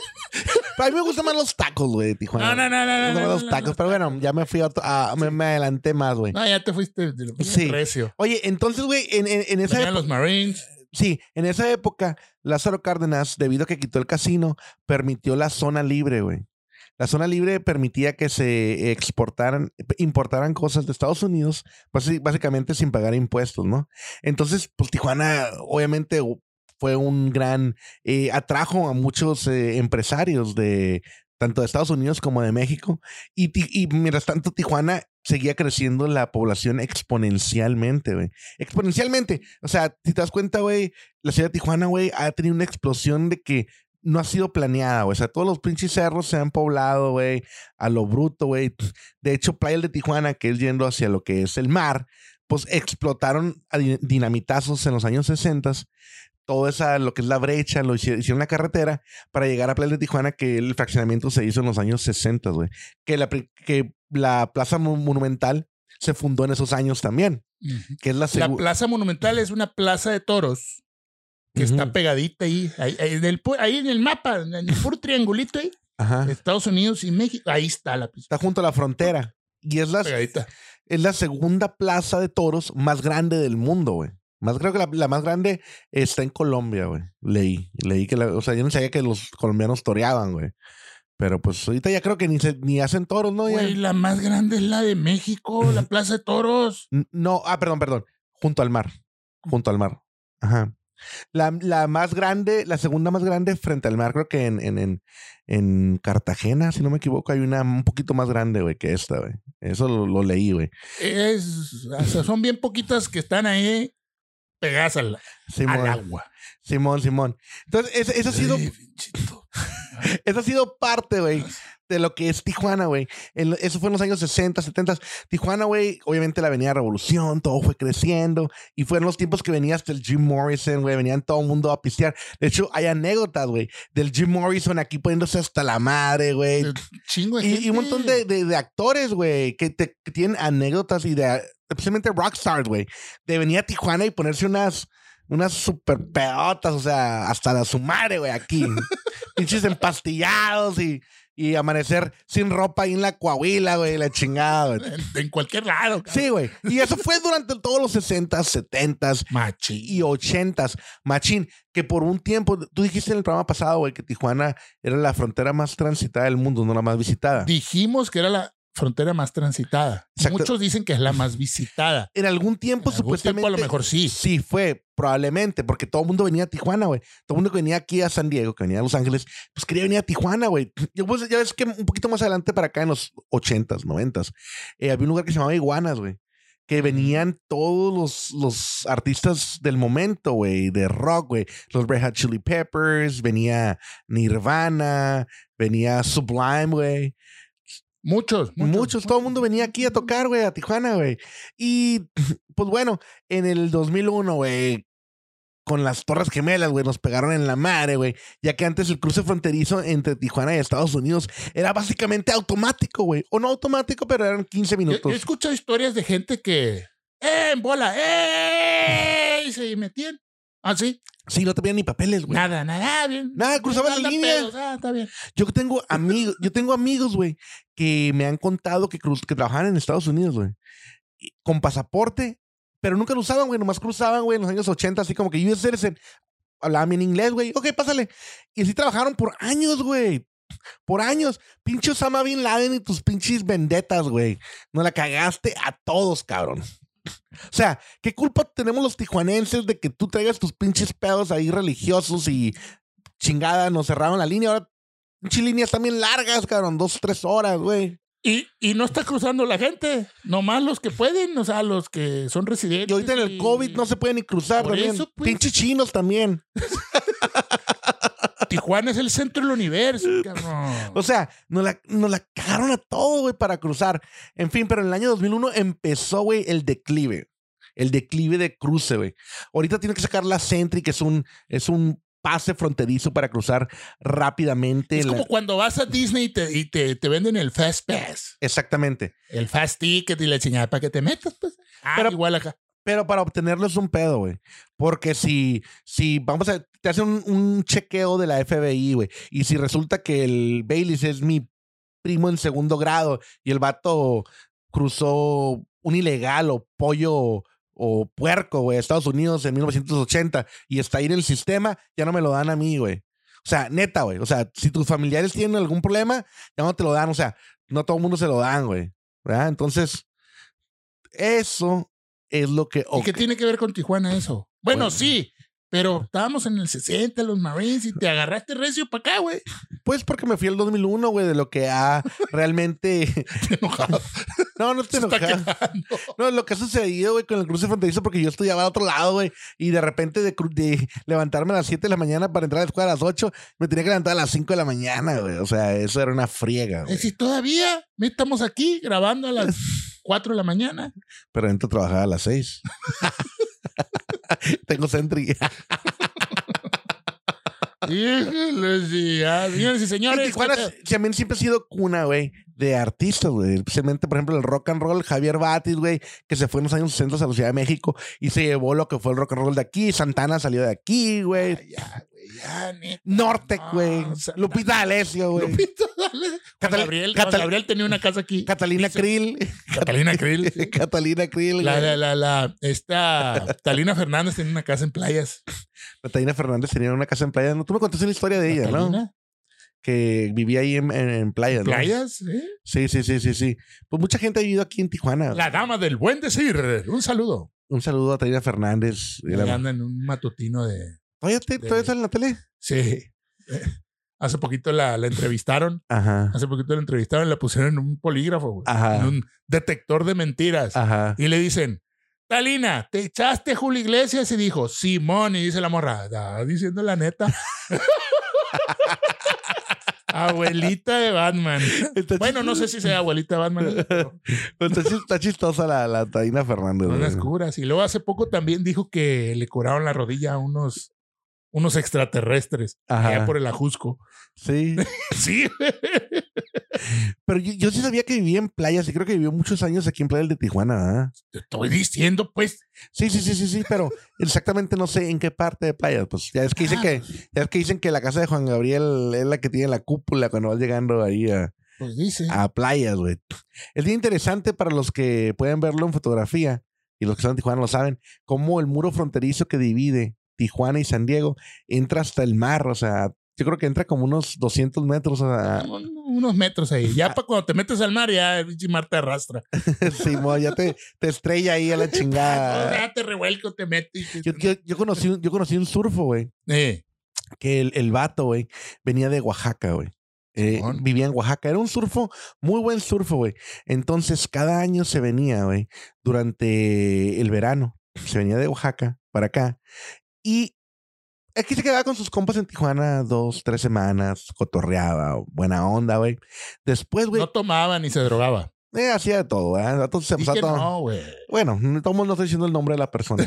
Speaker 1: Pero a mí me gustan más los tacos, güey, de
Speaker 2: No,
Speaker 1: Tijuana.
Speaker 2: no,
Speaker 1: Me
Speaker 2: no, no. no,
Speaker 1: gustan más
Speaker 2: no,
Speaker 1: los
Speaker 2: no,
Speaker 1: tacos,
Speaker 2: no.
Speaker 1: pero bueno, ya me fui a, otro- a- me, me adelanté más, güey.
Speaker 2: No, ya te fuiste del
Speaker 1: Sí.
Speaker 2: precio.
Speaker 1: Oye, entonces, güey, en, en- en esa
Speaker 2: Venían
Speaker 1: época,
Speaker 2: los Marines.
Speaker 1: sí, en esa época, Lázaro Cárdenas, debido a que quitó el casino, permitió la zona libre, güey. La zona libre permitía que se exportaran, importaran cosas de Estados Unidos, basi- básicamente sin pagar impuestos, ¿no? Entonces, pues Tijuana, obviamente, fue un gran, eh, atrajo a muchos eh, empresarios de tanto de Estados Unidos como de México. Y, Ti- y mientras tanto, Tijuana seguía creciendo la población exponencialmente, güey. Exponencialmente. O sea, si te das cuenta, güey, la ciudad de Tijuana, güey, ha tenido una explosión de que no ha sido planeada, güey. O sea, todos los pinches cerros se han poblado, güey, a lo bruto, güey. De hecho, Playa de Tijuana, que es yendo hacia lo que es el mar, pues explotaron a di- dinamitazos en los años 60 todo esa, lo que es la brecha, lo hici- hicieron la carretera para llegar a Plaza de Tijuana, que el fraccionamiento se hizo en los años 60, güey. Que la, pri- que la Plaza Mo- Monumental se fundó en esos años también,
Speaker 2: Ujú.
Speaker 1: que es la
Speaker 2: La
Speaker 1: segunda.
Speaker 2: Plaza Monumental es una plaza de toros que está pegadita ahí, ahí, ahí en el, pu- ahí en el mapa, en el puro triangulito ahí,
Speaker 1: Ajá.
Speaker 2: Estados Unidos y México. Ahí está la plaza.
Speaker 1: Está junto a la frontera. Y es la,
Speaker 2: Pegadita.
Speaker 1: es la segunda plaza de toros más grande del mundo, güey. Más creo que la, la más grande está en Colombia, güey. Leí, leí que la, o sea, yo no sabía que los colombianos toreaban, güey. Pero pues ahorita ya creo que ni se- ni hacen toros, ¿no? Ya-
Speaker 2: Güey, la más grande es la de México, la Plaza de Toros.
Speaker 1: N- No, ah, perdón, perdón. Junto al mar. Junto al mar. Ajá. La, la más grande, la segunda más grande frente al mar, creo que en, en, en, en Cartagena, si no me equivoco, hay una un poquito más grande, güey, que esta, güey. Eso lo, lo leí, güey.
Speaker 2: Es, o sea, son bien poquitas que están ahí pegadas al, al
Speaker 1: Simón,
Speaker 2: agua.
Speaker 1: Simón, Simón. Entonces, es- eso ha sido,
Speaker 2: Ay, pinchito.
Speaker 1: eso ha sido parte, güey, de lo que es Tijuana, güey. En lo- Eso fue en los años 60, 70. Tijuana, güey, obviamente la venía Revolución, todo fue creciendo. Y fueron los tiempos que venía hasta el Jim Morrison, güey. Venían todo el mundo a pistear. De hecho, hay anécdotas, güey, del Jim Morrison aquí poniéndose hasta la madre, güey.
Speaker 2: Chingo de
Speaker 1: Eh, Y,
Speaker 2: Pues gente.
Speaker 1: y un montón de, de- de actores, güey, que, te- que tienen anécdotas y de, especialmente rockstars, güey, de venir a Tijuana y ponerse unas, unas super pedotas, o sea, hasta la su madre, güey, aquí. Pinches empastillados y, y amanecer sin ropa ahí en la Coahuila, güey, la chingada, güey.
Speaker 2: En, en cualquier lado. cabrón.
Speaker 1: Sí, güey. Y eso fue durante todos los 60s, 70s,
Speaker 2: Machi.
Speaker 1: y 80s, machín, que por un tiempo, tú dijiste en el programa pasado, güey, que Tijuana era la frontera más transitada del mundo, no la más visitada.
Speaker 2: Dijimos que era la frontera más transitada.
Speaker 1: Exacto.
Speaker 2: Muchos dicen que es la más visitada.
Speaker 1: En algún tiempo,
Speaker 2: En algún
Speaker 1: supuestamente.
Speaker 2: tiempo a lo mejor sí.
Speaker 1: Sí, fue, probablemente, porque todo el mundo venía a Tijuana, güey. Todo el mundo que venía aquí a San Diego, que venía a Los Ángeles, pues quería venir a Tijuana, güey. Yo, pues, ya ves que un poquito más adelante para acá, en los 80s, 90s, eh, había un lugar que se llamaba Iguanas, güey.
Speaker 2: Mm.
Speaker 1: Que venían todos los, los artistas del momento, güey, de rock, güey. Los Red Hot Chili Peppers, venía Nirvana, venía Sublime, güey.
Speaker 2: Muchos,
Speaker 1: Muchos,
Speaker 2: muchos.
Speaker 1: todo el mundo venía aquí a tocar, güey, a Tijuana, güey. Y pues bueno, en el 2001, güey, con las Torres Gemelas, güey, nos pegaron en la madre, güey. Ya que antes el cruce fronterizo entre Tijuana y Estados Unidos era básicamente automático, güey. O no automático, pero eran 15
Speaker 2: Yo, yo
Speaker 1: minutos.
Speaker 2: he escuchado historias de gente que. ¡Eh, en bola! ¡Eh! Y se metían. Así.
Speaker 1: Sí, no te pedían ni papeles, güey.
Speaker 2: Nada, nada, bien.
Speaker 1: Nada, cruzaban la
Speaker 2: Andan
Speaker 1: línea.
Speaker 2: pedos, ah, está bien.
Speaker 1: Yo tengo amigos, yo tengo amigos, güey, que me han contado que, cruz- que trabajaban en Estados Unidos, güey, y- con pasaporte, pero nunca lo usaban, güey, nomás cruzaban, güey, en los años 80, así como que US citizen. Hablaban bien inglés, güey. Ok, pásale. Y así trabajaron por años, güey. Por años. Pinche Osama Bin Laden y tus pinches vendetas, güey. Nos la cagaste a todos, cabrón. O sea, ¿qué culpa tenemos los tijuanenses de que tú traigas tus pinches pedos ahí religiosos y chingada, nos cerraron la línea? Ahora Pinches líneas también largas, cabrón. Dos, tres horas, güey.
Speaker 2: Y, y no está cruzando la gente, nomás los que pueden, o sea, los que son residentes.
Speaker 1: Y ahorita en el
Speaker 2: y-
Speaker 1: COVID no se puede ni cruzar,
Speaker 2: Por
Speaker 1: también.
Speaker 2: eso, pues.
Speaker 1: Pinches chinos también.
Speaker 2: Tijuana es el centro del universo,
Speaker 1: *laughs*
Speaker 2: cabrón.
Speaker 1: O sea, nos la, nos la cagaron a todo, güey, para cruzar. En fin, pero en el año 2001 empezó, güey, el declive. El declive de cruce, güey. Ahorita tiene que sacar la Sentry, que es un, es un pase fronterizo para cruzar rápidamente.
Speaker 2: es
Speaker 1: la-
Speaker 2: como cuando vas a Disney y te, y te, te venden el Fast Pass,
Speaker 1: Exactamente.
Speaker 2: el Fast Ticket y la chingada para que te metas, pues. Ah,
Speaker 1: Pero-
Speaker 2: igual acá.
Speaker 1: Pero para obtenerlo es un pedo, güey. Porque si, si vamos a, te hacen un, un chequeo de la FBI, güey. Y si resulta que el Baileys es mi primo en segundo grado y el vato cruzó un ilegal o pollo o puerco, güey, a Estados Unidos en 1980 y está ahí en el sistema, ya no me lo dan a mí, güey. O sea, neta, güey. O sea, si tus familiares tienen algún problema, ya no te lo dan. O sea, no todo el mundo se lo dan, güey. ¿Verdad? Entonces, eso es lo que...
Speaker 2: ¿Y qué tiene que ver con Tijuana eso? Bueno,
Speaker 1: Bueno.
Speaker 2: sí, pero estábamos en el 60, los Marines, y te agarraste recio para acá, güey.
Speaker 1: Pues porque me fui al 2001, güey, de lo que ha realmente... *laughs*
Speaker 2: Te enojado.
Speaker 1: No, no
Speaker 2: *laughs* Se
Speaker 1: te
Speaker 2: está
Speaker 1: enojas.
Speaker 2: quejando.
Speaker 1: *laughs* No, lo que ha sucedido, güey, con el cruce fronterizo, porque yo estudiaba a otro lado, güey, y de repente de, cru- de levantarme a las 7 de la mañana para entrar a la escuela a las 8, me tenía que levantar a las 5 de la mañana, güey. O sea, eso era una friega,
Speaker 2: Es
Speaker 1: güey.
Speaker 2: decir, Eh, todavía estamos aquí grabando a las
Speaker 1: *laughs*
Speaker 2: 4 de la mañana.
Speaker 1: Pero entro a trabajar a las 6. Tengo Sentry.
Speaker 2: Híjole, sí, ya. Señores y
Speaker 1: Y
Speaker 2: señores. pues, eh,
Speaker 1: Tijuana
Speaker 2: ¿qué
Speaker 1: s- también siempre ha sido cuna, güey, de artistas, güey. Especialmente, por ejemplo, el rock and roll, Javier Batis, güey, que se fue en los años 60 a la Ciudad de México y se llevó lo que fue el rock and roll de aquí. Santana salió de aquí,
Speaker 2: pedo?
Speaker 1: güey.
Speaker 2: Ah, Ya, Ah, güey, ya, neta.
Speaker 1: Norte,
Speaker 2: No,
Speaker 1: güey.
Speaker 2: Santana.
Speaker 1: Lupita D'Alessio, güey.
Speaker 2: Lupito, dale. Juan
Speaker 1: Catal-
Speaker 2: Gabriel,
Speaker 1: Catal-
Speaker 2: Juan Gabriel tenía una casa aquí.
Speaker 1: Catalina Krill.
Speaker 2: Catalina
Speaker 1: *laughs*
Speaker 2: Krill. sí.
Speaker 1: Catalina Krill,
Speaker 2: La,
Speaker 1: güey.
Speaker 2: la, la, la, esta Talina Fernández tenía una casa en playas.
Speaker 1: Catalina Fernández tenía una casa en playa. ¿no? Tú me contaste una historia de ella, ¿no?
Speaker 2: Catalina,
Speaker 1: Que vivía ahí en, en, en playa, ¿no?
Speaker 2: ¿Playas? ¿eh?
Speaker 1: Sí, sí, sí, sí, sí. Pues mucha gente ha vivido aquí en Tijuana.
Speaker 2: La dama del buen decir. Un saludo.
Speaker 1: Un saludo a Catalina Fernández.
Speaker 2: Ahí anda en un matutino de.
Speaker 1: ¿Todavía, te- todavía sale en la tele?
Speaker 2: Sí. Eh, Hace poquito la, la entrevistaron.
Speaker 1: Ajá.
Speaker 2: Hace poquito la entrevistaron, la pusieron en un polígrafo, güey,
Speaker 1: Ajá. Ah.
Speaker 2: en un detector de mentiras.
Speaker 1: Ajá.
Speaker 2: Y le dicen, Talina, ¿te echaste Julio Iglesias? Y dijo, Simón. Y dice la morra, "Está diciendo la neta. abuelita de Batman.
Speaker 1: Está
Speaker 2: *laughs* Bueno, no sé si sea abuelita de Batman. pero
Speaker 1: chis- Está, chis- está chistosa la, la Taina Fernández. güey.
Speaker 2: Unas curas. Y luego hace poco también dijo que le curaron la rodilla a unos, unos extraterrestres.
Speaker 1: Ajá.
Speaker 2: Allá por el Ajusco. *laughs*
Speaker 1: Sí.
Speaker 2: Sí.
Speaker 1: Pero yo, yo sí sabía que vivía en playas y creo que vivió muchos años aquí en playas de Tijuana. ¿verdad?
Speaker 2: Te estoy diciendo, pues.
Speaker 1: Sí, sí, sí, sí, sí, pero exactamente no sé en qué parte de playas. Pues ya es que dicen
Speaker 2: Ah,
Speaker 1: que, ya es que dicen que la casa de Juan Gabriel es la que tiene la cúpula cuando vas llegando ahí a,
Speaker 2: Pues dice.
Speaker 1: a playas, güey. Es bien interesante para los que pueden verlo en fotografía y los que están en Tijuana lo saben, cómo el muro fronterizo que divide Tijuana y San Diego entra hasta el mar, o sea, yo creo que entra como unos 200 metros a...
Speaker 2: Un- unos metros ahí.
Speaker 1: Ah.
Speaker 2: Ya para cuando te metes al mar, ya el pinche mar te arrastra.
Speaker 1: *laughs* Sí, mo, ya te, te estrella ahí a la
Speaker 2: O
Speaker 1: chingada.
Speaker 2: sea, Ah, te revuelco, te meto. y-
Speaker 1: Ah. Yo, yo- yo conocí, un- yo conocí un surfo, güey,
Speaker 2: Eh,
Speaker 1: que el, el vato, güey, venía de Oaxaca, güey. Eh,
Speaker 2: Simón.
Speaker 1: vivía en Oaxaca. Era un surfo, muy buen surfo, güey. Entonces, cada año se venía, güey, durante el verano. Se venía de Oaxaca para acá. Y aquí se quedaba con sus compas en Tijuana dos, tres semanas, cotorreaba, buena onda, güey. Después, güey,
Speaker 2: no tomaba ni se drogaba.
Speaker 1: eh, hacía de todo, ¿eh? Entonces se
Speaker 2: Dije,
Speaker 1: pasaba todo.
Speaker 2: no, güey.
Speaker 1: Bueno, no- todo el mundo está diciendo el nombre de la
Speaker 2: *laughs*
Speaker 1: persona.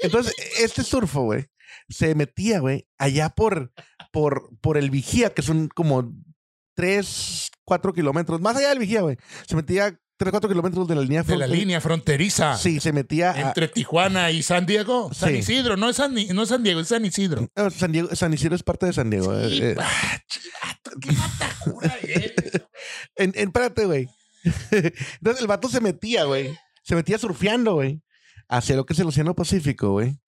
Speaker 1: Entonces, este surfo, güey, se metía, güey, allá por, por, por el vigía, que son como 3, 4 kilómetros, más allá del vigía, güey. Se metía 3, 4 kilómetros de la línea
Speaker 2: De la
Speaker 1: fronteriza.
Speaker 2: línea fronteriza
Speaker 1: Sí, se metía a-
Speaker 2: entre Tijuana y San Diego. San
Speaker 1: Sí.
Speaker 2: Isidro, no es San, Ni- no es San Diego, es San Isidro.
Speaker 1: a San, Diego, San Isidro es parte de San Diego. eh,
Speaker 2: Y,
Speaker 1: eh.
Speaker 2: ah, chivato, qué matajura eres.
Speaker 1: En, en- espérate, güey. Entonces el vato se metía, güey. Se metía surfeando, güey. Hacia lo que es el Océano Pacífico, güey.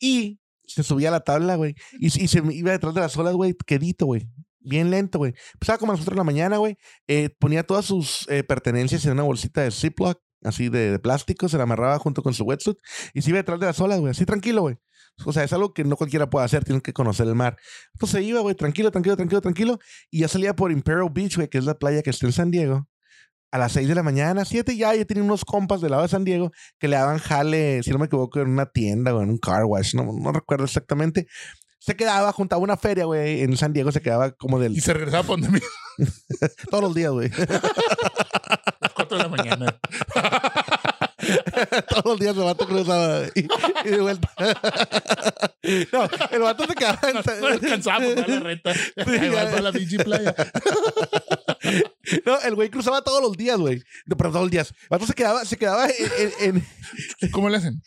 Speaker 1: Y se subía a la tabla, güey. Y, se- y se iba detrás de las olas, güey, quedito, güey. Bien lento, güey. Empezaba Pues, ah, como a las 4 de la mañana, güey. Eh, ponía todas sus eh, pertenencias en una bolsita de Ziploc, así de, de plástico. Se la amarraba junto con su wetsuit. Y se iba detrás de las olas, güey. Así tranquilo, güey. O sea, es algo que no cualquiera puede hacer. Tienes que conocer el mar. Entonces iba, güey, tranquilo, tranquilo, tranquilo, tranquilo. Y ya salía por Imperial Beach, güey, que es la playa que está en San Diego. A las 6 de la mañana, 7 ya, ya tenía unos compas del lado de San Diego que le daban jale, si no me equivoco, en una tienda o en un car wash, no, no recuerdo exactamente. Se quedaba, juntaba una feria, güey, en San Diego se quedaba como
Speaker 2: Y
Speaker 1: del...
Speaker 2: se regresaba por donde *laughs* mí
Speaker 1: Todos los días, güey. *laughs*
Speaker 2: a las 4 de la mañana.
Speaker 1: Todos los días el vato cruzaba y, y de vuelta. *laughs* no, el vato se quedaba en... San-
Speaker 2: No alcanzaba a pagar la renta. Ahí
Speaker 1: ya.
Speaker 2: va para la pinche playa.
Speaker 1: *laughs* No, el güey cruzaba todos los días, güey. No, pero todos los días. El vato se quedaba, se quedaba en- en, *laughs* en,
Speaker 2: ¿Cómo le hacen?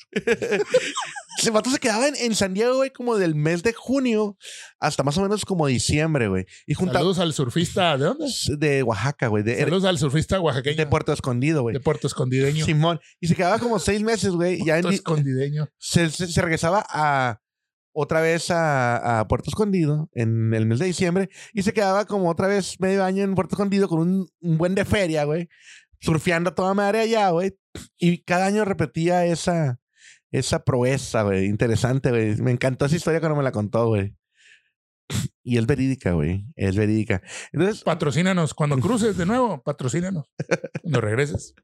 Speaker 1: Ese vato se quedaba en, en San Diego, güey, como del mes de junio hasta más o menos como diciembre, güey. Y juntaba
Speaker 2: Saludos al surfista. ¿De dónde?
Speaker 1: de Oaxaca, güey, de,
Speaker 2: Saludos al surfista
Speaker 1: Eh, de
Speaker 2: oaxaqueño.
Speaker 1: Puerto Escondido, güey.
Speaker 2: De Puerto Escondideño.
Speaker 1: Simón. Y se quedaba como seis meses, güey. y Ya en-
Speaker 2: Puerto Escondideño.
Speaker 1: se, se- se regresaba a otra vez a, a Puerto Escondido en el mes de diciembre y se quedaba como otra vez medio año en Puerto Escondido con un, un buen de feria, güey. Surfeando a toda madre allá, güey. Y cada año repetía esa, esa proeza, güey. Interesante, güey. Me encantó esa historia cuando me la contó, güey. *clears throat* Y es verídica, güey. Es verídica. Entonces,
Speaker 2: Patrocínanos. Cuando cruces de nuevo,
Speaker 1: *laughs*
Speaker 2: patrocínanos. Cuando regreses.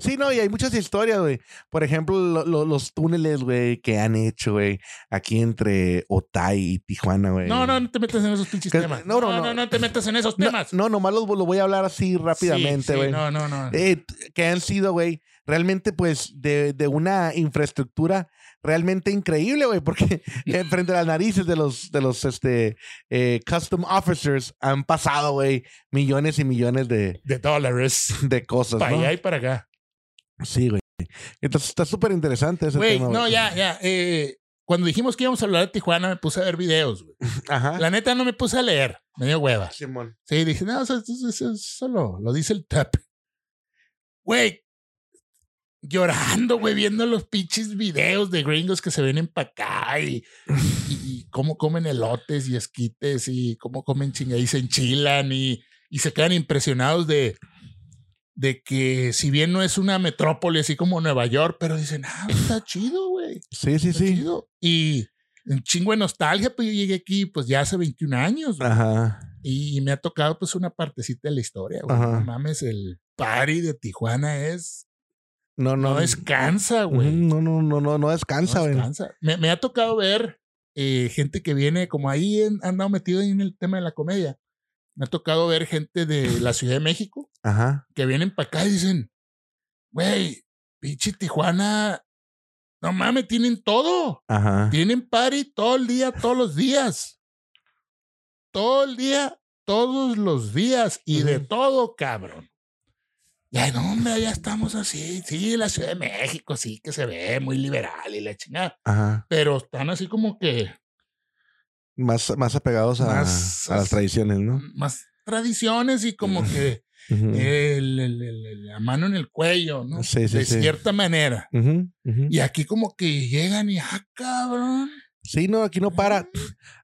Speaker 1: Sí, no, y hay muchas historias, güey. Por ejemplo, lo- lo- los túneles, güey, que han hecho, güey, aquí entre Otay y Tijuana, güey.
Speaker 2: No, no, no te metas en esos pinches
Speaker 1: Que-
Speaker 2: temas.
Speaker 1: no,
Speaker 2: No,
Speaker 1: no,
Speaker 2: no, no,
Speaker 1: no.
Speaker 2: te metas en esos
Speaker 1: No,
Speaker 2: temas.
Speaker 1: no, nomás los, lo voy a hablar así
Speaker 2: Sí,
Speaker 1: rápidamente,
Speaker 2: sí,
Speaker 1: güey.
Speaker 2: no, no, no.
Speaker 1: Eh, t- que han sido, güey, realmente, pues, de, de una infraestructura realmente increíble, güey, porque *laughs* eh, frente a las narices de los, de los este, eh, custom officers han pasado, güey, millones y millones de,
Speaker 2: De dólares.
Speaker 1: de cosas,
Speaker 2: Para
Speaker 1: Pues ¿no?
Speaker 2: allá y para acá.
Speaker 1: Sí, güey. Entonces está súper interesante ese
Speaker 2: Güey,
Speaker 1: tema.
Speaker 2: no,
Speaker 1: güey.
Speaker 2: ya, ya. eh, cuando dijimos que íbamos a hablar de Tijuana, me puse a ver videos, güey.
Speaker 1: Ajá.
Speaker 2: La neta no me puse a leer. Me dio hueva.
Speaker 1: Simón.
Speaker 2: Sí, dije, no, eso, eso- eso- eso lo, lo dice el tap. Güey, llorando, güey, viendo los pinches videos de gringos que se vienen para acá y, y- y cómo comen elotes y esquites y cómo comen chinga y se enchilan y, y se quedan impresionados de, de que si bien no es una metrópoli así como Nueva York, pero dicen, ah, está chido, güey.
Speaker 1: Sí, sí,
Speaker 2: Está
Speaker 1: sí.
Speaker 2: chido. Y un chingo de nostalgia, pues yo llegué aquí pues ya hace 21 años, güey.
Speaker 1: Ajá.
Speaker 2: Y me ha tocado pues una partecita de la historia, güey.
Speaker 1: Ajá.
Speaker 2: No mames, el party de Tijuana es...
Speaker 1: No, no.
Speaker 2: No descansa,
Speaker 1: Ujú,
Speaker 2: güey. No
Speaker 1: No, no, no, no, no descansa, güey.
Speaker 2: descansa. Me, me ha tocado ver eh, gente que viene, como ahí en- han andado metido en el tema de la comedia. Me ha tocado ver gente de la Ciudad de México
Speaker 1: Ajá.
Speaker 2: que vienen para acá y dicen, güey, pinche Tijuana, no mames, tienen todo.
Speaker 1: Ajá.
Speaker 2: Tienen party todo el día, todos los días. Todo el día, todos los días y de
Speaker 1: Ujú.
Speaker 2: todo, cabrón. Ya, no, hombre, ya estamos así. Sí, la Ciudad de México sí que se ve muy liberal y la chingada.
Speaker 1: Ajá.
Speaker 2: Pero están así como que
Speaker 1: Más, más apegados a,
Speaker 2: Más-
Speaker 1: a las tradiciones, ¿no?
Speaker 2: más tradiciones y como que
Speaker 1: Ujú.
Speaker 2: el- el- el- el- la mano en el cuello, ¿no?
Speaker 1: Sí, sí,
Speaker 2: de
Speaker 1: sí.
Speaker 2: cierta manera.
Speaker 1: Ujú, ujú.
Speaker 2: Y aquí como que llegan y, ah, cabrón.
Speaker 1: Sí, no, aquí no para.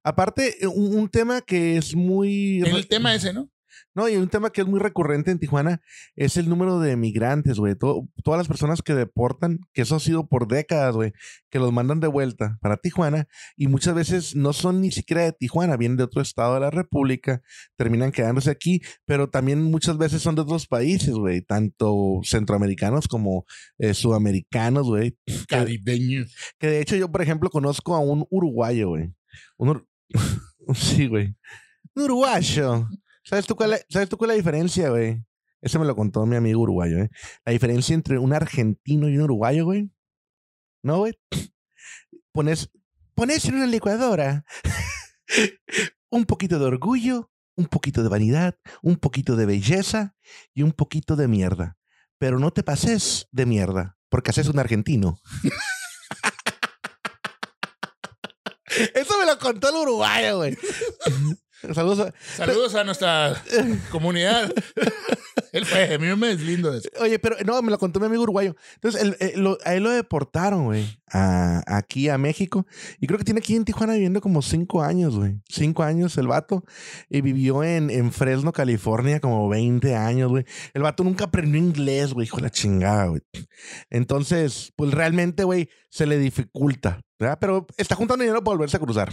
Speaker 1: Aparte, eh, un, un tema que es muy...
Speaker 2: El tema ese, ¿no?
Speaker 1: No, y un tema que es muy recurrente en Tijuana es el número de migrantes, güey. To- todas las personas que deportan, que eso ha sido por décadas, güey, que los mandan de vuelta para Tijuana y muchas veces no son ni siquiera de Tijuana, vienen de otro estado de la República, terminan quedándose aquí, pero también muchas veces son de otros países, güey, tanto centroamericanos como eh, sudamericanos, güey.
Speaker 2: Caribeños.
Speaker 1: Que de hecho yo, por ejemplo, conozco a un uruguayo, güey. Un ur- *laughs* sí, güey. Un uruguayo. ¿Sabes tú, cuál es, ¿Sabes tú cuál es la diferencia, güey? Ese me lo contó mi amigo uruguayo, ¿eh? La diferencia entre un argentino y un uruguayo, güey. ¿No, güey? *sniffs* Pones, pones en una licuadora *laughs* un poquito de orgullo, un poquito de vanidad, un poquito de belleza y un poquito de mierda. Pero no te pases de mierda, porque haces un argentino. Eso me lo contó el uruguayo, güey. Saludos. a-
Speaker 2: Saludos a nuestra comunidad. Él fue, a mí me deslindo de eso.
Speaker 1: Oye, pero no, me lo contó mi amigo uruguayo. Entonces, el- eh, lo- a él lo deportaron, güey, a- aquí a México. Y creo que tiene aquí en Tijuana viviendo como cinco años, güey. Cinco años el vato. Y vivió en, en Fresno, California, como 20 años, güey. El vato nunca aprendió inglés, güey, hijo de la chingada, güey. Entonces, pues realmente, güey, se le dificulta, ¿verdad? Pero está juntando dinero para volverse a cruzar.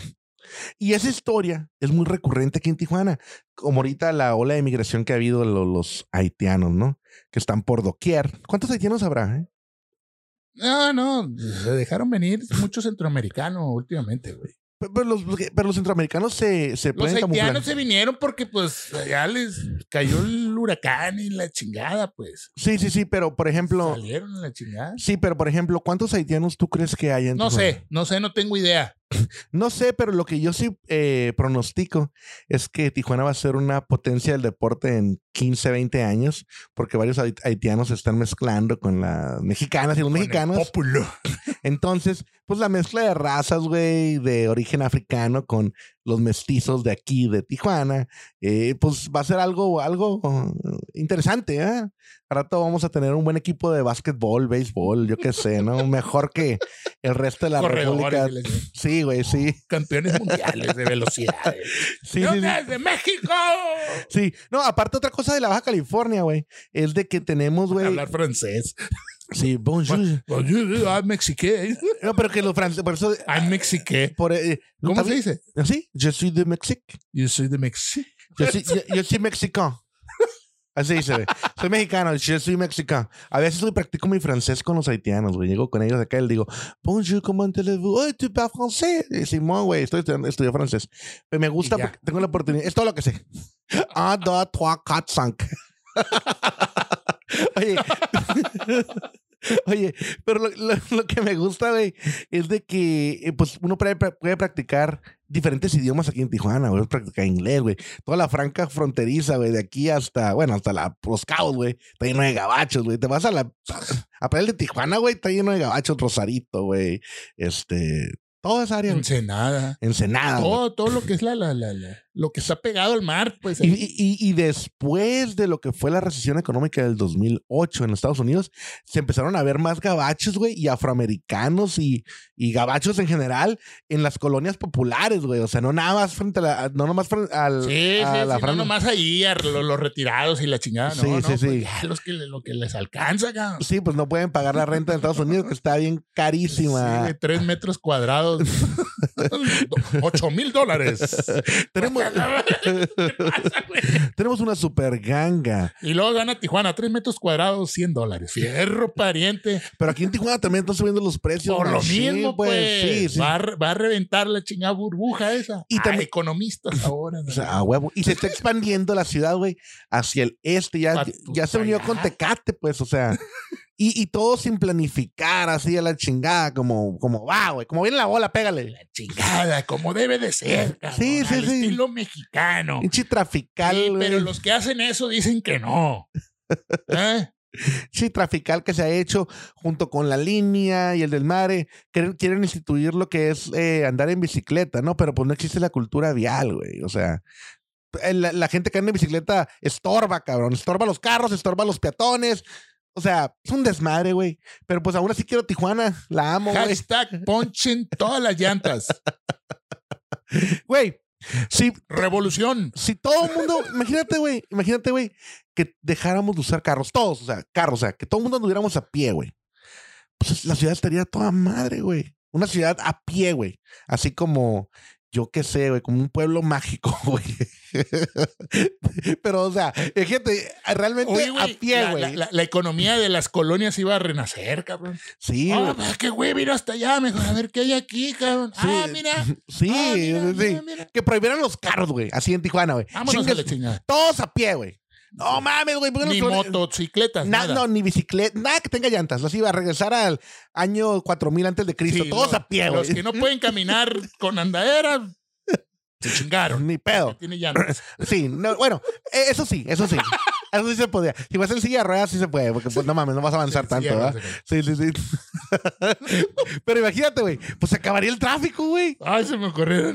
Speaker 1: Y esa historia es muy recurrente aquí en Tijuana, como ahorita la ola de migración que ha habido lo- los haitianos, ¿no? Que están por doquier. ¿Cuántos haitianos habrá? eh?
Speaker 2: No, no, se dejaron venir muchos centroamericanos últimamente, güey.
Speaker 1: Pe- Pero los, pero los centroamericanos se, se
Speaker 2: Los
Speaker 1: pueden camuflar.
Speaker 2: haitianos se vinieron porque, pues, allá les cayó el huracán y la chingada, pues.
Speaker 1: Sí, sí, sí, pero por ejemplo...
Speaker 2: Salieron a la chingada.
Speaker 1: Sí, pero por ejemplo, ¿cuántos haitianos tú crees que hay en
Speaker 2: No
Speaker 1: Tijuana?
Speaker 2: sé, no sé, no tengo idea.
Speaker 1: No sé, pero lo que yo sí eh, pronostico es que Tijuana va a ser una potencia del deporte en 15, 20 años, porque varios hait- haitianos se están mezclando con las mexicanas y los
Speaker 2: Con el
Speaker 1: mexicanos.
Speaker 2: Populo.
Speaker 1: Entonces, pues la mezcla de razas, güey, de origen africano con los mestizos de aquí, de Tijuana, eh, pues va a ser algo, algo eh, interesante, ¿eh? Al rato vamos a tener un buen equipo de básquetbol, béisbol, yo qué sé, ¿no? Mejor que el resto de la
Speaker 2: Corredores,
Speaker 1: República.
Speaker 2: y la chingada.
Speaker 1: Sí, güey, sí.
Speaker 2: campeones mundiales de velocidad.
Speaker 1: *laughs* Sí, sí, sí.
Speaker 2: de México!
Speaker 1: Sí. no, aparte otra cosa de la Baja California, güey, es de que tenemos, güey,
Speaker 2: Hablar francés.
Speaker 1: sí, bonjour.
Speaker 2: I'm mexiqué.
Speaker 1: No, pero que los franceses, por eso,
Speaker 2: I'm mexiqué.
Speaker 1: por, eh,
Speaker 2: ¿Cómo se
Speaker 1: también-
Speaker 2: dice?
Speaker 1: Sí, yo soy de México.
Speaker 2: Yo soy de México.
Speaker 1: Yo soy, yo, yo soy mexicano. Así dice, güey. Soy mexicano, yo soy mexicano. A veces güey, practico mi francés con los haitianos, güey. Llego con ellos acá y les digo, bonjour, comment allez-vous? Oh, tu parles français. Y Simón, güey, estoy estudiando, estudio francés. Pero me gusta
Speaker 2: Y ya.
Speaker 1: porque tengo la oportunidad. Es todo lo que sé. Un, *laughs* dos, trois, quatre, cinq. Oye. *laughs* Oye, pero lo, lo- lo que me gusta, güey, es de que eh, pues uno puede, pra- puede practicar diferentes idiomas aquí en Tijuana, güey. Practicar inglés, güey. Toda la franca fronteriza, güey, de aquí hasta, bueno, hasta la, los cabos, güey. Está lleno de gabachos, güey. Te vas a la... A Playa de Tijuana, güey, está lleno de gabachos, Rosarito, güey. Este... Toda esa área, güey.
Speaker 2: Ensenada.
Speaker 1: Ensenada, güey.
Speaker 2: Todo, todo lo que es la, la, la, la- lo que está pegado al mar, pues.
Speaker 1: Y, y- y- y después de lo que fue la recesión económica del 2008 en Estados Unidos, se empezaron a ver más gabachos, güey, y afroamericanos y, y gabachos en general en las colonias populares, güey. O sea, no nada más frente a la, no nomás frente al,
Speaker 2: Sí, sí,
Speaker 1: a la
Speaker 2: sí, no
Speaker 1: fran-
Speaker 2: nomás ahí, a lo- los retirados y la chingada, no,
Speaker 1: Sí,
Speaker 2: no,
Speaker 1: sí,
Speaker 2: pues,
Speaker 1: sí.
Speaker 2: ya, los que, le- lo que les alcanza, cabrón.
Speaker 1: Sí, pues no pueden pagar la renta en Estados Unidos, que está bien
Speaker 2: Sí,
Speaker 1: carísima.
Speaker 2: de tres
Speaker 1: *laughs*
Speaker 2: metros cuadrados. Ocho mil dólares.
Speaker 1: Tenemos, tenemos una super ganga.
Speaker 2: Y luego gana Tijuana, tres metros cuadrados, 100 dólares. Fierro pariente.
Speaker 1: Pero aquí en Tijuana también están subiendo los precios.
Speaker 2: Por lo
Speaker 1: machín,
Speaker 2: mismo, pues.
Speaker 1: Sí, sí.
Speaker 2: Va, a, re- va a reventar la chingada burbuja esa.
Speaker 1: Y
Speaker 2: Y
Speaker 1: también- *laughs*
Speaker 2: economistas ahora. ¿no?
Speaker 1: O sea, ah, a huevo. Y se está expandiendo la ciudad, güey, hacia el este. Ya,
Speaker 2: Pa'
Speaker 1: ya-
Speaker 2: tus
Speaker 1: ya se unió con
Speaker 2: allá.
Speaker 1: Tecate, pues, o sea. Y, y todo sin planificar, así a la chingada, como, como va, güey. Como viene la bola, pégale.
Speaker 2: la chingada, como debe de ser. Cabrón,
Speaker 1: Sí, sí,
Speaker 2: al
Speaker 1: sí.
Speaker 2: estilo mexicano.
Speaker 1: Pinche trafical,
Speaker 2: Sí,
Speaker 1: güey.
Speaker 2: pero los que hacen eso dicen
Speaker 1: *laughs*
Speaker 2: que no. ¿Eh?
Speaker 1: Pinche trafical que se ha hecho junto con la línea y el del mare. Quieren, quieren instituir lo que es eh, andar en bicicleta, ¿no? Pero pues no existe la cultura vial, güey. O sea. eh, La, la gente que anda en bicicleta estorba, cabrón. Estorba los carros, estorba los peatones. O sea, es un desmadre, güey. Pero pues aún así quiero Tijuana. La amo, güey.
Speaker 2: Hashtag ponchen todas las llantas.
Speaker 1: Güey, si,
Speaker 2: Revolución.
Speaker 1: si todo el mundo, imagínate, güey, imagínate, güey, que dejáramos de usar carros, todos, o sea, carros, o sea, que todo el mundo anduviéramos a pie, güey. Pues la ciudad estaría toda madre, güey. Una ciudad a pie, güey. Así como, yo qué sé, güey, como un pueblo mágico, *laughs* güey. Pero, o sea, gente, realmente
Speaker 2: Oye,
Speaker 1: a
Speaker 2: güey,
Speaker 1: pie,
Speaker 2: la, la-
Speaker 1: güey.
Speaker 2: la- la economía de las colonias iba a renacer, cabrón.
Speaker 1: Sí,
Speaker 2: Ah,
Speaker 1: güey.
Speaker 2: pues, qué güey, mira hasta allá, mejor a ver qué hay aquí, cabrón. Ah,
Speaker 1: Sí.
Speaker 2: mira.
Speaker 1: sí,
Speaker 2: ah, mira,
Speaker 1: sí.
Speaker 2: mira, mira.
Speaker 1: Que prohibieran los carros, güey, así en Tijuana, güey.
Speaker 2: Vámonos a
Speaker 1: Chingas-
Speaker 2: la chingada.
Speaker 1: Todos a pie, güey. No
Speaker 2: Sí.
Speaker 1: mames, güey. ¿por qué
Speaker 2: Ni
Speaker 1: nos-
Speaker 2: motocicletas,
Speaker 1: Na-
Speaker 2: nada.
Speaker 1: no, ni bicicleta, nada que tenga llantas. Así va a regresar al año 4000 antes de Cristo.
Speaker 2: Sí,
Speaker 1: Todos
Speaker 2: no,
Speaker 1: a pie,
Speaker 2: Los
Speaker 1: güey.
Speaker 2: que no pueden caminar con andaderas, se chingaron.
Speaker 1: *laughs* Ni pedo.
Speaker 2: Tiene llantas.
Speaker 1: Sí, no, bueno, eh, eso sí,
Speaker 2: *laughs*
Speaker 1: eso sí. Eso sí se podía. Si vas en silla de ruedas, sí se puede, porque pues no mames, no vas a avanzar tanto,
Speaker 2: Sí,
Speaker 1: ¿verdad?
Speaker 2: no sé
Speaker 1: Sí,
Speaker 2: qué.
Speaker 1: sí, sí. *laughs* Pero imagínate, güey, pues se acabaría el tráfico, güey.
Speaker 2: Ay, se me ocurrió.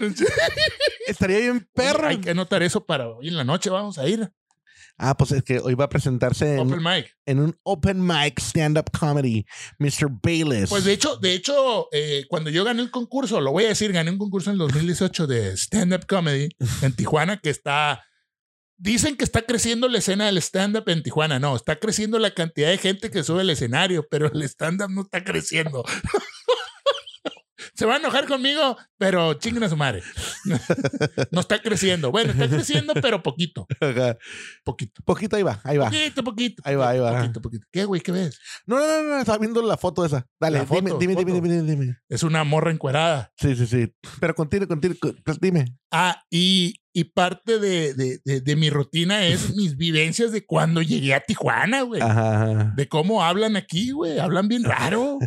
Speaker 1: Estaría bien perro.
Speaker 2: Hay que anotar eso para hoy en la noche. Vamos a ir.
Speaker 1: Ah, pues es que hoy va a presentarse en,
Speaker 2: Open mic.
Speaker 1: en un open mic stand-up comedy, Mr. Bayless.
Speaker 2: Pues de hecho, de hecho, eh, cuando yo gané el concurso, lo voy a decir, gané un concurso en el 2018 de stand-up comedy en Tijuana, que está. Dicen que está creciendo la escena del stand-up en Tijuana. No, está creciendo la cantidad de gente que sube al escenario, pero el stand-up no está creciendo. *laughs* Se va a enojar conmigo, pero chinguen a su madre. No está creciendo. Bueno, está creciendo, pero poquito.
Speaker 1: Ajá.
Speaker 2: Poquito.
Speaker 1: *laughs* Poquito ahí va, ahí va.
Speaker 2: Poquito, poquito.
Speaker 1: Ahí va, ahí va.
Speaker 2: Poquito, poquito. ¿Qué, güey? ¿Qué ves?
Speaker 1: No, no, no, no, estaba viendo la foto esa. Dale,
Speaker 2: La foto,
Speaker 1: dime, dime,
Speaker 2: foto.
Speaker 1: dime, dime, dime.
Speaker 2: Es una morra encuerada.
Speaker 1: Sí, sí, sí. Pero contigo, contigo, pues, dime.
Speaker 2: Ah, y, y parte de, de- de- de mi
Speaker 1: *laughs*
Speaker 2: rutina es mis vivencias de cuando llegué a Tijuana, güey.
Speaker 1: Ah. Ajá.
Speaker 2: De cómo hablan aquí, güey. Hablan
Speaker 1: Ah. *laughs*
Speaker 2: bien raro.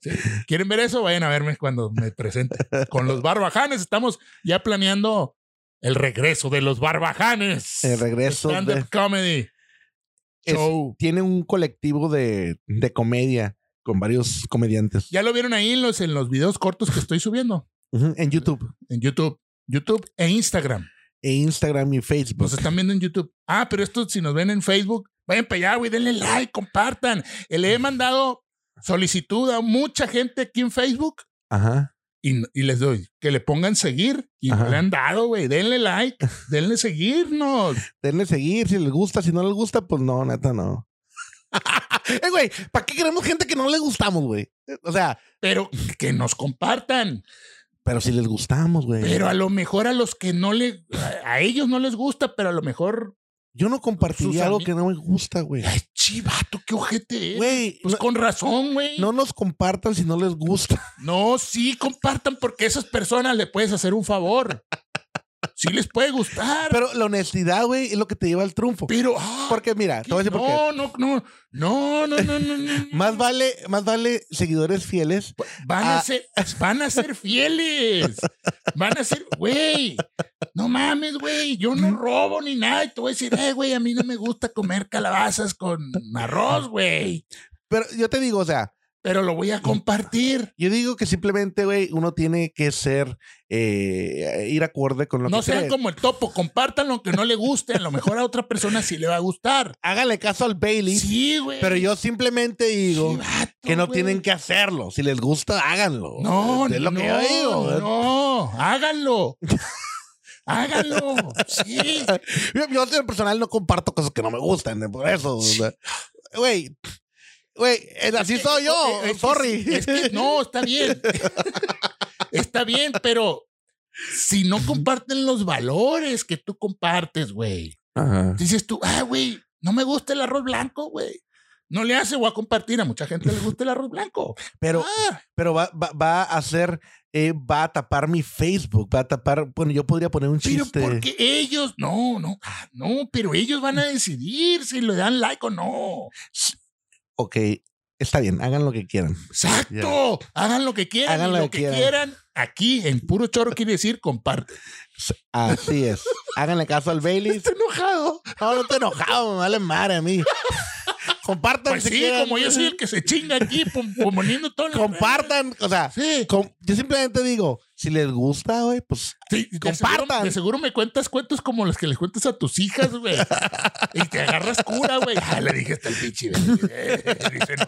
Speaker 2: Sí. ¿Quieren ver eso? Vayan a verme cuando me presente. Con los barbajanes estamos ya planeando el regreso de los barbajanes.
Speaker 1: El regreso de-
Speaker 2: Stand-up comedy.
Speaker 1: Es-
Speaker 2: Show.
Speaker 1: Tiene un colectivo de, de comedia con varios comediantes
Speaker 2: Ya lo vieron ahí en los, en los videos cortos que estoy subiendo
Speaker 1: Ujú, en YouTube
Speaker 2: en YouTube. YouTube e Instagram.
Speaker 1: e Instagram y Facebook.
Speaker 2: Nos están viendo en YouTube. Ah, pero esto, si nos ven en Facebook, vayan para allá, güey, denle like, compartan. Eh, Le he mandado solicitud a mucha gente aquí en Facebook
Speaker 1: Ajá.
Speaker 2: y, y les doy que le pongan seguir y no
Speaker 1: Ajá.
Speaker 2: le han dado, güey. Denle like, denle seguirnos.
Speaker 1: Denle seguir si les gusta, si no les gusta, pues no, neta, no. *laughs* eh, güey, ¿para qué queremos gente que no le gustamos, güey? O sea,
Speaker 2: Pero que nos compartan.
Speaker 1: pero si les gustamos, güey.
Speaker 2: Pero a lo mejor a los que no le, a- a ellos no les gusta, pero a lo mejor,
Speaker 1: Yo no compartiría
Speaker 2: Sus
Speaker 1: algo
Speaker 2: ami-
Speaker 1: que no me gusta, güey.
Speaker 2: ay, chivato, qué ojete. eres.
Speaker 1: Güey,
Speaker 2: Pues
Speaker 1: no-
Speaker 2: con razón, güey.
Speaker 1: no nos compartan si no les gusta.
Speaker 2: No, sí, compartan porque a esas personas le puedes hacer un favor. Sí les puede gustar. Pero,
Speaker 1: Pero la honestidad, güey, es lo que te lleva al triunfo.
Speaker 2: ah,
Speaker 1: Porque mira, te voy a decir por qué.
Speaker 2: no, no, no, no, no, no,
Speaker 1: *laughs*
Speaker 2: no, no.
Speaker 1: Más vale, más vale seguidores fieles.
Speaker 2: Van a,
Speaker 1: Ah.
Speaker 2: ser, van a ser fieles. Van a ser, güey. No mames, güey. Yo no robo ni nada. Y te voy a decir, eh, güey, a mí no me gusta comer calabazas con arroz, güey.
Speaker 1: Pero yo te digo, o sea,
Speaker 2: Pero lo voy a compartir.
Speaker 1: yo digo que simplemente, güey, uno tiene que ser, eh, ir acorde con lo
Speaker 2: No
Speaker 1: que
Speaker 2: sean
Speaker 1: cree.
Speaker 2: como el topo, compártanlo que no le guste. A lo mejor a otra persona sí le va a gustar.
Speaker 1: Hágale caso al Bailey,
Speaker 2: Sí, güey.
Speaker 1: pero yo simplemente digo que no tienen que hacerlo. Si les gusta, háganlo.
Speaker 2: No,
Speaker 1: es lo
Speaker 2: no,
Speaker 1: que yo digo. güey.
Speaker 2: No, háganlo. háganlo.
Speaker 1: *laughs*
Speaker 2: Sí.
Speaker 1: Yo, yo en lo personal no comparto cosas que no me gustan, eh, por eso. o sea, Güey, güey, eh, así soy yo,
Speaker 2: Eh, es que
Speaker 1: sorry.
Speaker 2: sí, es que
Speaker 1: *laughs*
Speaker 2: no, está bien. *laughs* está bien, pero si no comparten los valores que tú compartes, güey.
Speaker 1: Ajá.
Speaker 2: Dices tú, ah, güey, no me gusta el arroz blanco, güey. No le hace, voy a compartir. A mucha gente le gusta el arroz blanco.
Speaker 1: Pero,
Speaker 2: Ah,
Speaker 1: pero va, va, va a hacer, eh, va a tapar mi Facebook, va a tapar, bueno, yo podría poner un
Speaker 2: pero
Speaker 1: chiste.
Speaker 2: porque ellos, no, no, ah, no, pero ellos van a decidir si le dan like o no.
Speaker 1: Ok, está bien, hagan lo que quieran.
Speaker 2: Exacto. Hagan lo que quieran.
Speaker 1: Hagan
Speaker 2: y
Speaker 1: lo
Speaker 2: lo
Speaker 1: que
Speaker 2: que
Speaker 1: quieran.
Speaker 2: quieran. Aquí, en puro choro, quiere decir
Speaker 1: *laughs*
Speaker 2: comparte.
Speaker 1: Así es. Háganle caso al Bailey.
Speaker 2: Estoy enojado.
Speaker 1: No, no estoy enojado, me vale madre a mí. *laughs* Compartan
Speaker 2: Pues
Speaker 1: si
Speaker 2: sí,
Speaker 1: quieren.
Speaker 2: como yo soy el que se chinga aquí pom- pom- poniendo todo. en
Speaker 1: *laughs*
Speaker 2: la
Speaker 1: Compartan, o sea,
Speaker 2: red. Sí,
Speaker 1: com- yo simplemente digo, si les gusta, güey, pues
Speaker 2: sí, de
Speaker 1: compartan.
Speaker 2: seguro- de seguro me cuentas cuentos como los que le cuentas a tus hijas, güey. y te agarras cura, güey. Ah, le dije *laughs* hasta el pinche. güey. Eh, dice, no.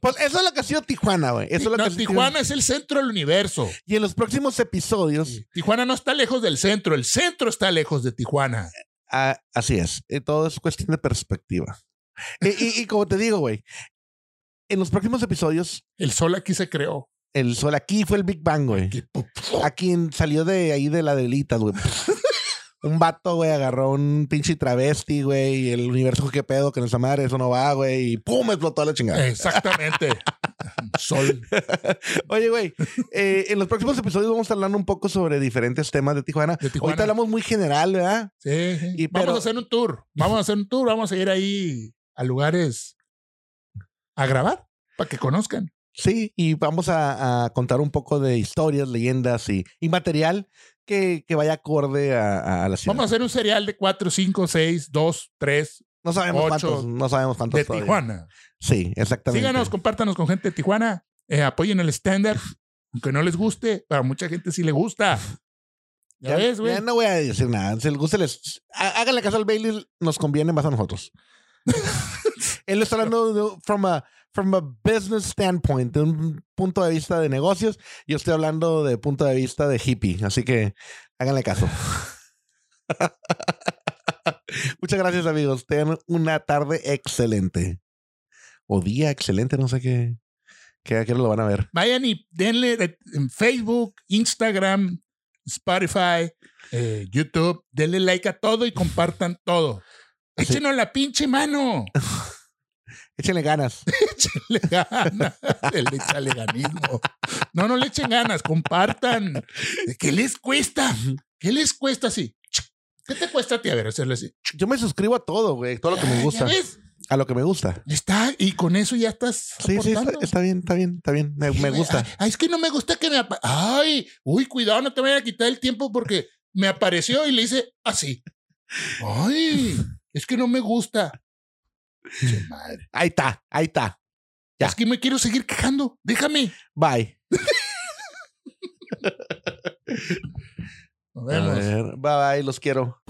Speaker 1: Pues eso es lo que ha sido Tijuana, güey. Eso es lo
Speaker 2: No,
Speaker 1: que ha sido
Speaker 2: Tijuana es el centro del universo.
Speaker 1: Y en los próximos episodios,
Speaker 2: Tijuana no está lejos del centro. El centro está lejos de Tijuana.
Speaker 1: ah, así es. eh, todo es cuestión de perspectiva. Y, y- y como te digo, güey, en los próximos episodios,
Speaker 2: El sol aquí se creó.
Speaker 1: el sol aquí fue el Big Bang, güey.
Speaker 2: Aquí, pu- pu-
Speaker 1: A quien salió de ahí de la delita,
Speaker 2: *laughs*
Speaker 1: güey. Un vato, güey, agarró un pinche travesti, güey, y el universo, qué pedo, que no esa madre, eso no va, güey, y pum, explotó la
Speaker 2: Eh.
Speaker 1: chingada.
Speaker 2: Exactamente. *laughs* Sol.
Speaker 1: Oye, güey, eh, en los próximos episodios vamos a hablar un poco sobre diferentes temas de Tijuana.
Speaker 2: De Tijuana.
Speaker 1: Ahorita hablamos muy general, ¿verdad?
Speaker 2: Sí, sí.
Speaker 1: Y
Speaker 2: vamos
Speaker 1: pero-
Speaker 2: a hacer un tour. Vamos a hacer un tour. Vamos a ir ahí a lugares a grabar para que conozcan.
Speaker 1: Sí, y vamos a, a contar un poco de historias, leyendas y, y material que, que vaya acorde a, a- a la ciudad.
Speaker 2: Vamos a hacer un serial de 4, 5, 6, 2, 3
Speaker 1: no sabemos
Speaker 2: ocho
Speaker 1: cuántos, no sabemos cuántos.
Speaker 2: de
Speaker 1: todavía.
Speaker 2: Tijuana.
Speaker 1: Sí, exactamente.
Speaker 2: Síganos, compártanos con gente de Tijuana. Eh, apoyen el estándar. Aunque no les guste, a mucha gente sí le gusta. Ya,
Speaker 1: Ya,
Speaker 2: ves, güey.
Speaker 1: ya no voy a decir nada. Si les gusta, les, há- háganle caso al Bailey, nos conviene más a
Speaker 2: *laughs*
Speaker 1: nosotros. Él lo está hablando de- from, a, from a business standpoint, de un punto de vista de negocios. Yo estoy hablando de punto de vista de hippie. Así que háganle caso. *laughs* Muchas gracias, amigos. Tengan una tarde excelente. O día excelente, no sé qué. ¿Qué a qué hora lo van a ver?
Speaker 2: Vayan y denle de- en Facebook, Instagram, Spotify, eh, YouTube. Denle like a todo y compartan todo.
Speaker 1: Así-
Speaker 2: Échenos la pinche mano. *laughs*
Speaker 1: Échenle ganas.
Speaker 2: Échenle ganas. *laughs* El échale ganismo. No, no le echen ganas. Compartan. ¿Qué les cuesta? ¿Qué les cuesta así? ¿Qué te cuesta a ti? A ver, hacerle así.
Speaker 1: Yo me suscribo a todo, güey. Todo lo que me
Speaker 2: ¿Ya
Speaker 1: gusta.
Speaker 2: ves?
Speaker 1: A lo que me gusta.
Speaker 2: Está, y con eso ya estás
Speaker 1: Sí, sí, está,
Speaker 2: aportando.
Speaker 1: está bien, está bien, está bien. Me, me *laughs*
Speaker 2: Ay,
Speaker 1: gusta.
Speaker 2: ay, es que no me gusta que me... apa- Ay, uy, cuidado, no te vaya a quitar el tiempo porque me apareció y le hice así. Ay, es que no me gusta.
Speaker 1: *laughs*
Speaker 2: Che madre.
Speaker 1: Ahí está, ahí está. Ya.
Speaker 2: Es que me quiero seguir quejando. Déjame.
Speaker 1: Bye.
Speaker 2: Nos vemos.
Speaker 1: A ver, bye bye, los quiero.